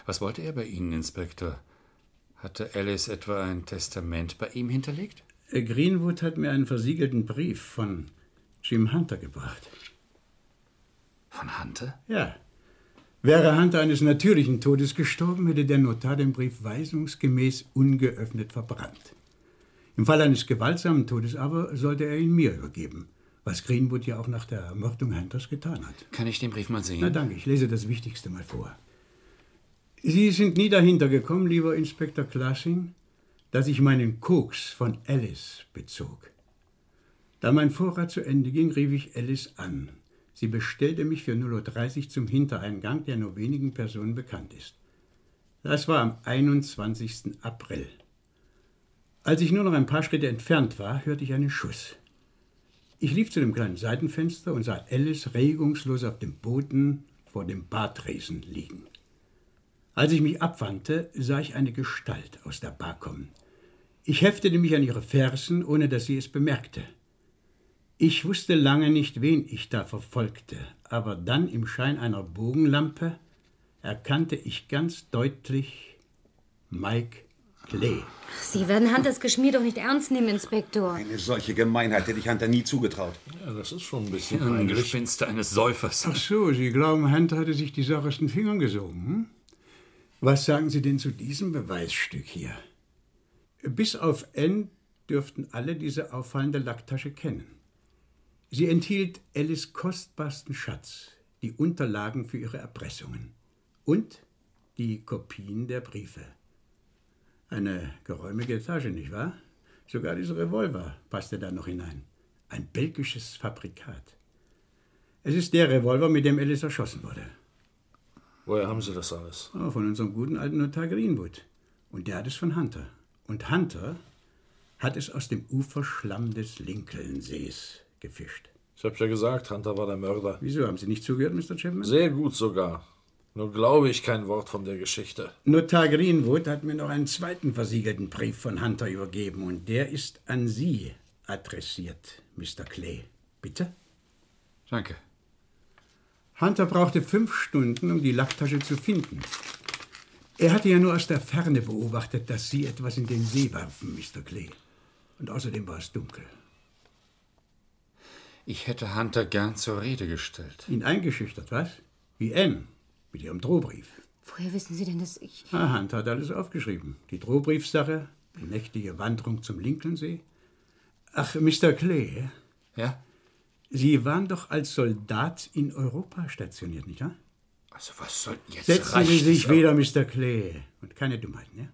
Was wollte er bei Ihnen, Inspektor? Hatte Alice etwa ein Testament bei ihm hinterlegt?
Äh, Greenwood hat mir einen versiegelten Brief von Jim Hunter gebracht.
Von Hunter?
Ja. Wäre Hunter eines natürlichen Todes gestorben, hätte der Notar den Brief weisungsgemäß ungeöffnet verbrannt. Im Fall eines gewaltsamen Todes aber sollte er ihn mir übergeben, was Greenwood ja auch nach der Ermordung Hunters getan hat.
Kann ich den Brief mal sehen?
Na danke, ich lese das Wichtigste mal vor. Sie sind nie dahinter gekommen, lieber Inspektor Klassing, dass ich meinen Koks von Alice bezog. Da mein Vorrat zu Ende ging, rief ich Alice an. Sie bestellte mich für 0.30 Uhr zum Hintereingang, der nur wenigen Personen bekannt ist. Das war am 21. April. Als ich nur noch ein paar Schritte entfernt war, hörte ich einen Schuss. Ich lief zu dem kleinen Seitenfenster und sah Alice regungslos auf dem Boden vor dem Badresen liegen. Als ich mich abwandte, sah ich eine Gestalt aus der Bar kommen. Ich heftete mich an ihre Fersen, ohne dass sie es bemerkte. Ich wusste lange nicht, wen ich da verfolgte, aber dann im Schein einer Bogenlampe erkannte ich ganz deutlich Mike Clay.
Sie werden Hunters Geschmier doch nicht ernst nehmen, Inspektor.
Eine solche Gemeinheit hätte ich Hunter nie zugetraut.
Ja, das ist schon ein
Ja, ein Gespinste eines Säufers.
Ach so, Sie glauben, Hunter hatte sich die Sache aus den Fingern gesogen. Hm? Was sagen Sie denn zu diesem Beweisstück hier? Bis auf N dürften alle diese auffallende Lacktasche kennen. Sie enthielt Alice kostbarsten Schatz, die Unterlagen für ihre Erpressungen und die Kopien der Briefe. Eine geräumige Tasche, nicht wahr? Sogar dieser Revolver passte da noch hinein. Ein belgisches Fabrikat. Es ist der Revolver, mit dem Alice erschossen wurde.
Woher haben Sie das alles?
Ah, von unserem guten alten Notar Greenwood. Und der hat es von Hunter. Und Hunter hat es aus dem Uferschlamm des Lincolnsees gefischt.
Ich habe ja gesagt, Hunter war der Mörder.
Wieso haben Sie nicht zugehört, Mr. Chapman?
Sehr gut sogar. Nur glaube ich kein Wort von der Geschichte.
Notar Greenwood hat mir noch einen zweiten versiegelten Brief von Hunter übergeben und der ist an Sie adressiert, Mr. Clay. Bitte?
Danke.
Hunter brauchte fünf Stunden, um die Lacktasche zu finden. Er hatte ja nur aus der Ferne beobachtet, dass Sie etwas in den See warfen, Mr. Clay. Und außerdem war es dunkel.
Ich hätte Hunter gern zur Rede gestellt.
Ihn eingeschüchtert, was? Wie Anne, mit ihrem Drohbrief.
Woher wissen Sie denn, dass ich.
Ah, Hunt hat alles aufgeschrieben. Die Drohbriefsache, die nächtliche Wanderung zum Lincolnsee. Ach, Mr. Clay.
Ja?
Sie waren doch als Soldat in Europa stationiert, nicht wahr?
Also was soll jetzt
Setzen
reicht
Sie
es
sich
aber.
wieder, Mr. Clay. Und keine Dummheiten, ne? ja?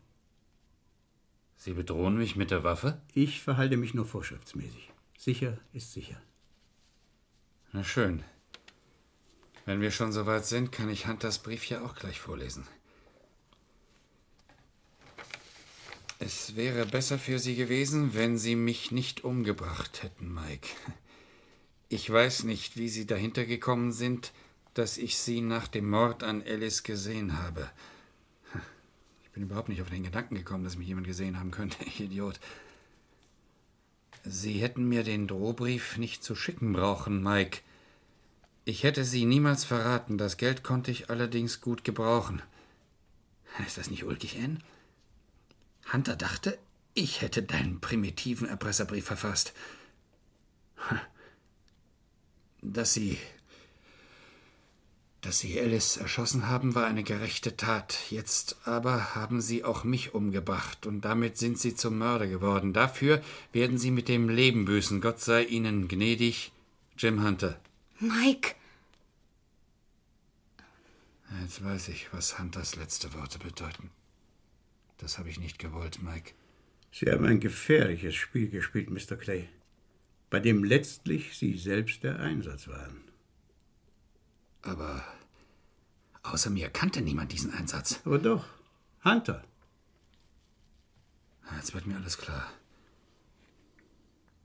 Sie bedrohen mich mit der Waffe?
Ich verhalte mich nur vorschriftsmäßig. Sicher ist sicher.
Na schön. Wenn wir schon soweit sind, kann ich Hunters Brief ja auch gleich vorlesen. Es wäre besser für Sie gewesen, wenn Sie mich nicht umgebracht hätten, Mike. Ich weiß nicht, wie Sie dahinter gekommen sind, dass ich Sie nach dem Mord an Alice gesehen habe. Ich bin überhaupt nicht auf den Gedanken gekommen, dass mich jemand gesehen haben könnte, ich Idiot. Sie hätten mir den Drohbrief nicht zu schicken brauchen, Mike. Ich hätte sie niemals verraten. Das Geld konnte ich allerdings gut gebrauchen. Ist das nicht ulkig, Ann? Hunter dachte, ich hätte deinen primitiven Erpresserbrief verfasst. Dass sie. Dass sie Alice erschossen haben, war eine gerechte Tat. Jetzt aber haben sie auch mich umgebracht und damit sind sie zum Mörder geworden. Dafür werden sie mit dem Leben büßen. Gott sei ihnen gnädig, Jim Hunter.
Mike,
Jetzt weiß ich, was Hunters letzte Worte bedeuten. Das habe ich nicht gewollt, Mike.
Sie haben ein gefährliches Spiel gespielt, Mr. Clay, bei dem letztlich Sie selbst der Einsatz waren.
Aber außer mir kannte niemand diesen Einsatz.
Aber doch, Hunter.
Ah, Jetzt wird mir alles klar.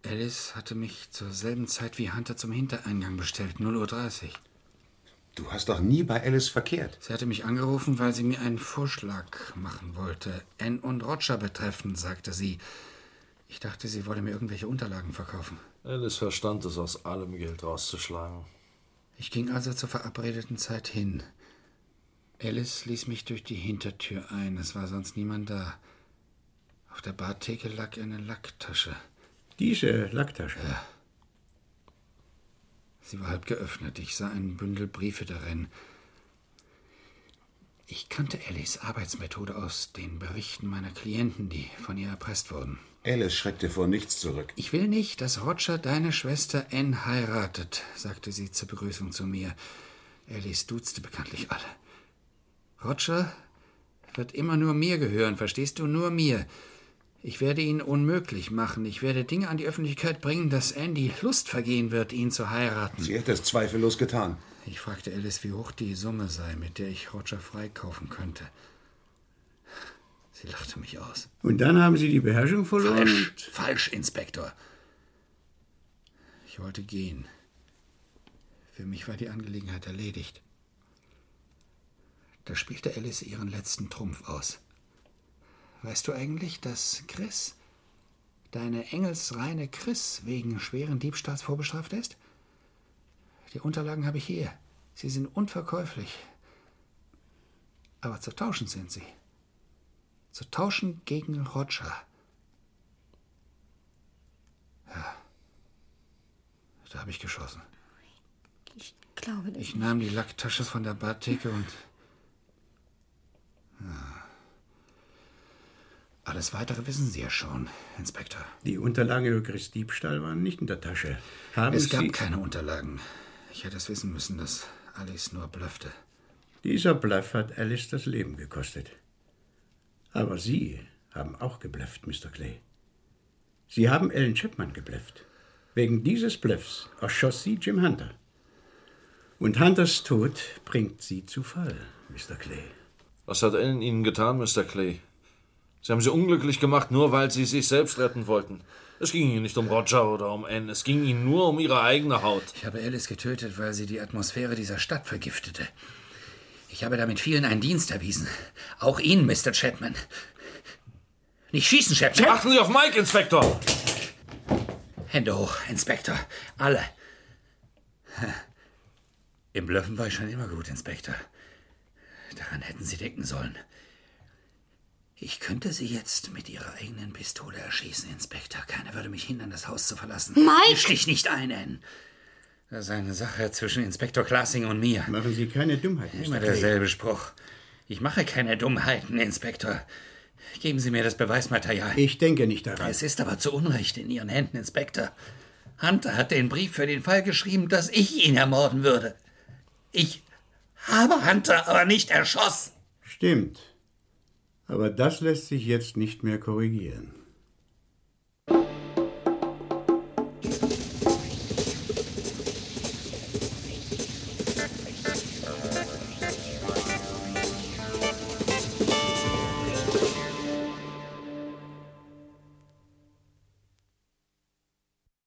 Alice hatte mich zur selben Zeit wie Hunter zum Hintereingang bestellt, 0.30 Uhr.
Du hast doch nie bei Alice verkehrt.
Sie hatte mich angerufen, weil sie mir einen Vorschlag machen wollte. Ann und Roger betreffend, sagte sie. Ich dachte, sie wolle mir irgendwelche Unterlagen verkaufen.
Alice verstand es, aus allem Geld rauszuschlagen.
Ich ging also zur verabredeten Zeit hin. Alice ließ mich durch die Hintertür ein. Es war sonst niemand da. Auf der Bartheke lag eine Lacktasche.
Diese Lacktasche.
Sie war halb geöffnet. Ich sah ein Bündel Briefe darin. Ich kannte Alice Arbeitsmethode aus den Berichten meiner Klienten, die von ihr erpresst wurden.
Alice schreckte vor nichts zurück.
Ich will nicht, dass Roger deine Schwester Anne heiratet, sagte sie zur Begrüßung zu mir. Alice duzte bekanntlich alle. Roger wird immer nur mir gehören, verstehst du? Nur mir. Ich werde ihn unmöglich machen. Ich werde Dinge an die Öffentlichkeit bringen, dass Andy Lust vergehen wird, ihn zu heiraten.
Sie hätte es zweifellos getan.
Ich fragte Alice, wie hoch die Summe sei, mit der ich Roger freikaufen könnte. Sie lachte mich aus.
Und dann haben Sie die Beherrschung verloren.
Falsch, falsch, Inspektor. Ich wollte gehen. Für mich war die Angelegenheit erledigt. Da spielte Alice ihren letzten Trumpf aus. Weißt du eigentlich, dass Chris, deine engelsreine Chris, wegen schweren Diebstahls vorbestraft ist? Die Unterlagen habe ich hier. Sie sind unverkäuflich. Aber zu tauschen sind sie. Zu tauschen gegen Roger. Ja. Da habe ich geschossen.
ich glaube nicht.
Ich nahm die Lacktasche von der Bartheke und. Ah. Alles weitere wissen Sie ja schon, Inspektor.
Die Unterlagen über Chris Diebstahl waren nicht in der Tasche. Haben
es
Sie
gab keine Unterlagen. Ich hätte es wissen müssen, dass Alice nur blöffte.
Dieser Bluff hat Alice das Leben gekostet. Aber Sie haben auch geblufft, Mr. Clay. Sie haben Ellen Chapman geblufft. Wegen dieses Bluffs erschoss sie Jim Hunter. Und Hunters Tod bringt Sie zu Fall, Mr. Clay.
Was hat Ellen Ihnen getan, Mr. Clay? Sie haben sie unglücklich gemacht, nur weil Sie sich selbst retten wollten. Es ging Ihnen nicht um Roger oder um Anne, es ging Ihnen nur um Ihre eigene Haut.
Ich habe Alice getötet, weil sie die Atmosphäre dieser Stadt vergiftete. Ich habe damit vielen einen Dienst erwiesen. Auch Ihnen, Mr. Chapman. Nicht schießen, Chapman.
Achten Sie auf Mike, Inspektor!
Hände hoch, Inspektor. Alle. Im Blöffen war ich schon immer gut, Inspektor. Daran hätten Sie denken sollen. Ich könnte Sie jetzt mit Ihrer eigenen Pistole erschießen, Inspektor. Keiner würde mich hindern, das Haus zu verlassen.
Mike!
Ich stich nicht ein, Ann. Das ist eine Sache zwischen Inspektor Klassing und mir.
Machen Sie keine Dummheit, Mr.
Immer
Clay.
derselbe Spruch. Ich mache keine Dummheiten, Inspektor. Geben Sie mir das Beweismaterial.
Ich denke nicht daran.
Es ist aber zu Unrecht in Ihren Händen, Inspektor. Hunter hat den Brief für den Fall geschrieben, dass ich ihn ermorden würde. Ich habe Hunter aber nicht erschossen.
Stimmt. Aber das lässt sich jetzt nicht mehr korrigieren.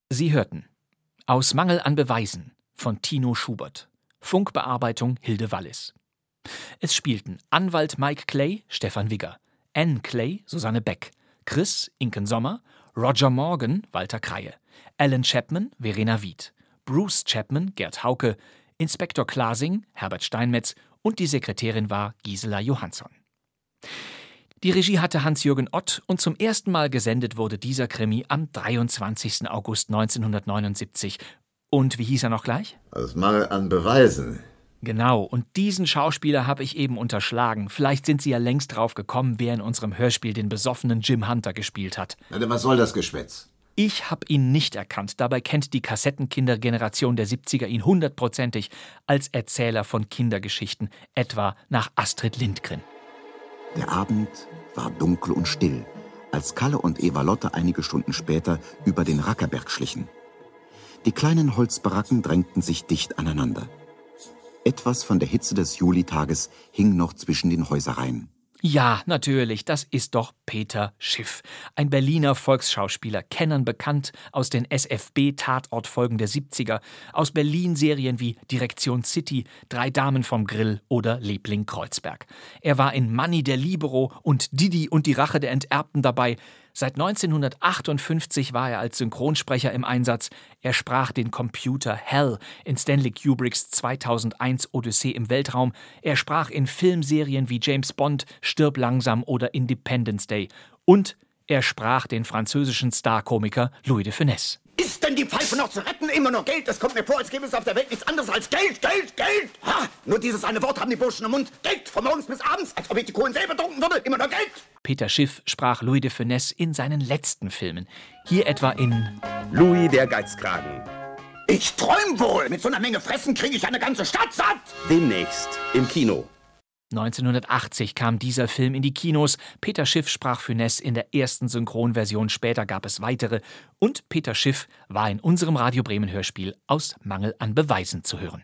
Sie hörten Aus Mangel an Beweisen von Tino Schubert. Funkbearbeitung Hilde Wallis. Es spielten Anwalt Mike Clay, Stefan Wigger, Anne Clay, Susanne Beck, Chris, Inken Sommer, Roger Morgan, Walter Kreie, Alan Chapman, Verena Wied, Bruce Chapman, Gerd Hauke, Inspektor Klasing, Herbert Steinmetz und die Sekretärin war Gisela Johansson. Die Regie hatte Hans-Jürgen Ott und zum ersten Mal gesendet wurde dieser Krimi am 23. August 1979. Und wie hieß er noch gleich?
Aus Also Mangel an Beweisen.
Genau, und diesen Schauspieler habe ich eben unterschlagen. Vielleicht sind Sie ja längst drauf gekommen, wer in unserem Hörspiel den besoffenen Jim Hunter gespielt hat.
Na, was soll das Geschwätz?
Ich habe ihn nicht erkannt, dabei kennt die Kassettenkindergeneration der 70er ihn hundertprozentig als Erzähler von Kindergeschichten, etwa nach Astrid Lindgren.
Der Abend war dunkel und still, als Kalle und Eva Lotte einige Stunden später über den Rackerberg schlichen. Die kleinen Holzbaracken drängten sich dicht aneinander. Etwas von der Hitze des Julitages hing noch zwischen den Häusereien.
Ja, natürlich, das ist doch Peter Schiff, ein Berliner Volksschauspieler, Kennern bekannt aus den SFB-Tatortfolgen der 70er, aus Berlin-Serien wie Direktion City, Drei Damen vom Grill oder Liebling Kreuzberg. Er war in Manni der Libero und Didi und die Rache der Enterbten dabei. Seit 1958 war er als Synchronsprecher im Einsatz. Er sprach den Computer Hell in Stanley Kubricks 2001 Odyssee im Weltraum. Er sprach in Filmserien wie James Bond, Stirb langsam oder Independence Day. Und er sprach den französischen Starkomiker Louis de Funès.
Ist denn die Pfeife noch zu retten? Immer nur Geld. Es kommt mir vor, als gäbe es auf der Welt nichts anderes als Geld, Geld, Geld. Ha! Nur dieses eine Wort haben die Burschen im Mund. Geld von morgens bis abends, als ob ich die Kohlen selber trinken würde. Immer nur Geld.
Peter Schiff sprach Louis de Funès in seinen letzten Filmen. Hier etwa in
Louis der Geizkragen. Ich träum wohl. Mit so einer Menge Fressen kriege ich eine ganze Stadt satt. Demnächst im Kino.
1980 kam dieser Film in die Kinos. Peter Schiff sprach Funès in der ersten Synchronversion. Später gab es weitere. Und Peter Schiff war in unserem Radio Bremen Hörspiel aus Mangel an Beweisen zu hören.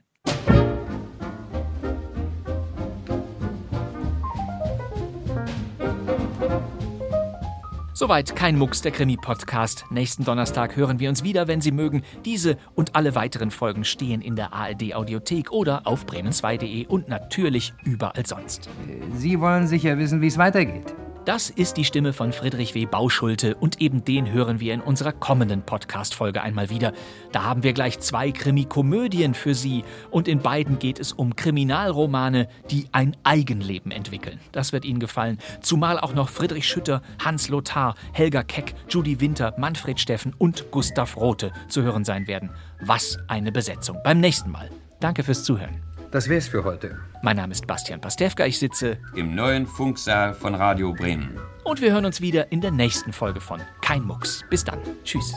Soweit kein Mucks der Krimi-Podcast. Nächsten Donnerstag hören wir uns wieder, wenn Sie mögen. Diese und alle weiteren Folgen stehen in der ARD-Audiothek oder auf bremen2.de und natürlich überall sonst.
Äh, Sie wollen sicher wissen, wie es weitergeht.
Das ist die Stimme von Friedrich W. Bauschulte und eben den hören wir in unserer kommenden Podcast-Folge einmal wieder. Da haben wir gleich zwei Krimikomödien für Sie und in beiden geht es um Kriminalromane, die ein Eigenleben entwickeln. Das wird Ihnen gefallen. Zumal auch noch Friedrich Schütter, Hans Lothar, Helga Keck, Judy Winter, Manfred Steffen und Gustav Rothe zu hören sein werden. Was eine Besetzung. Beim nächsten Mal. Danke fürs Zuhören.
Das wär's für heute.
Mein Name ist Bastian Pastewka, ich sitze
im neuen Funksaal von Radio Bremen.
Und wir hören uns wieder in der nächsten Folge von Kein Mucks. Bis dann. Tschüss.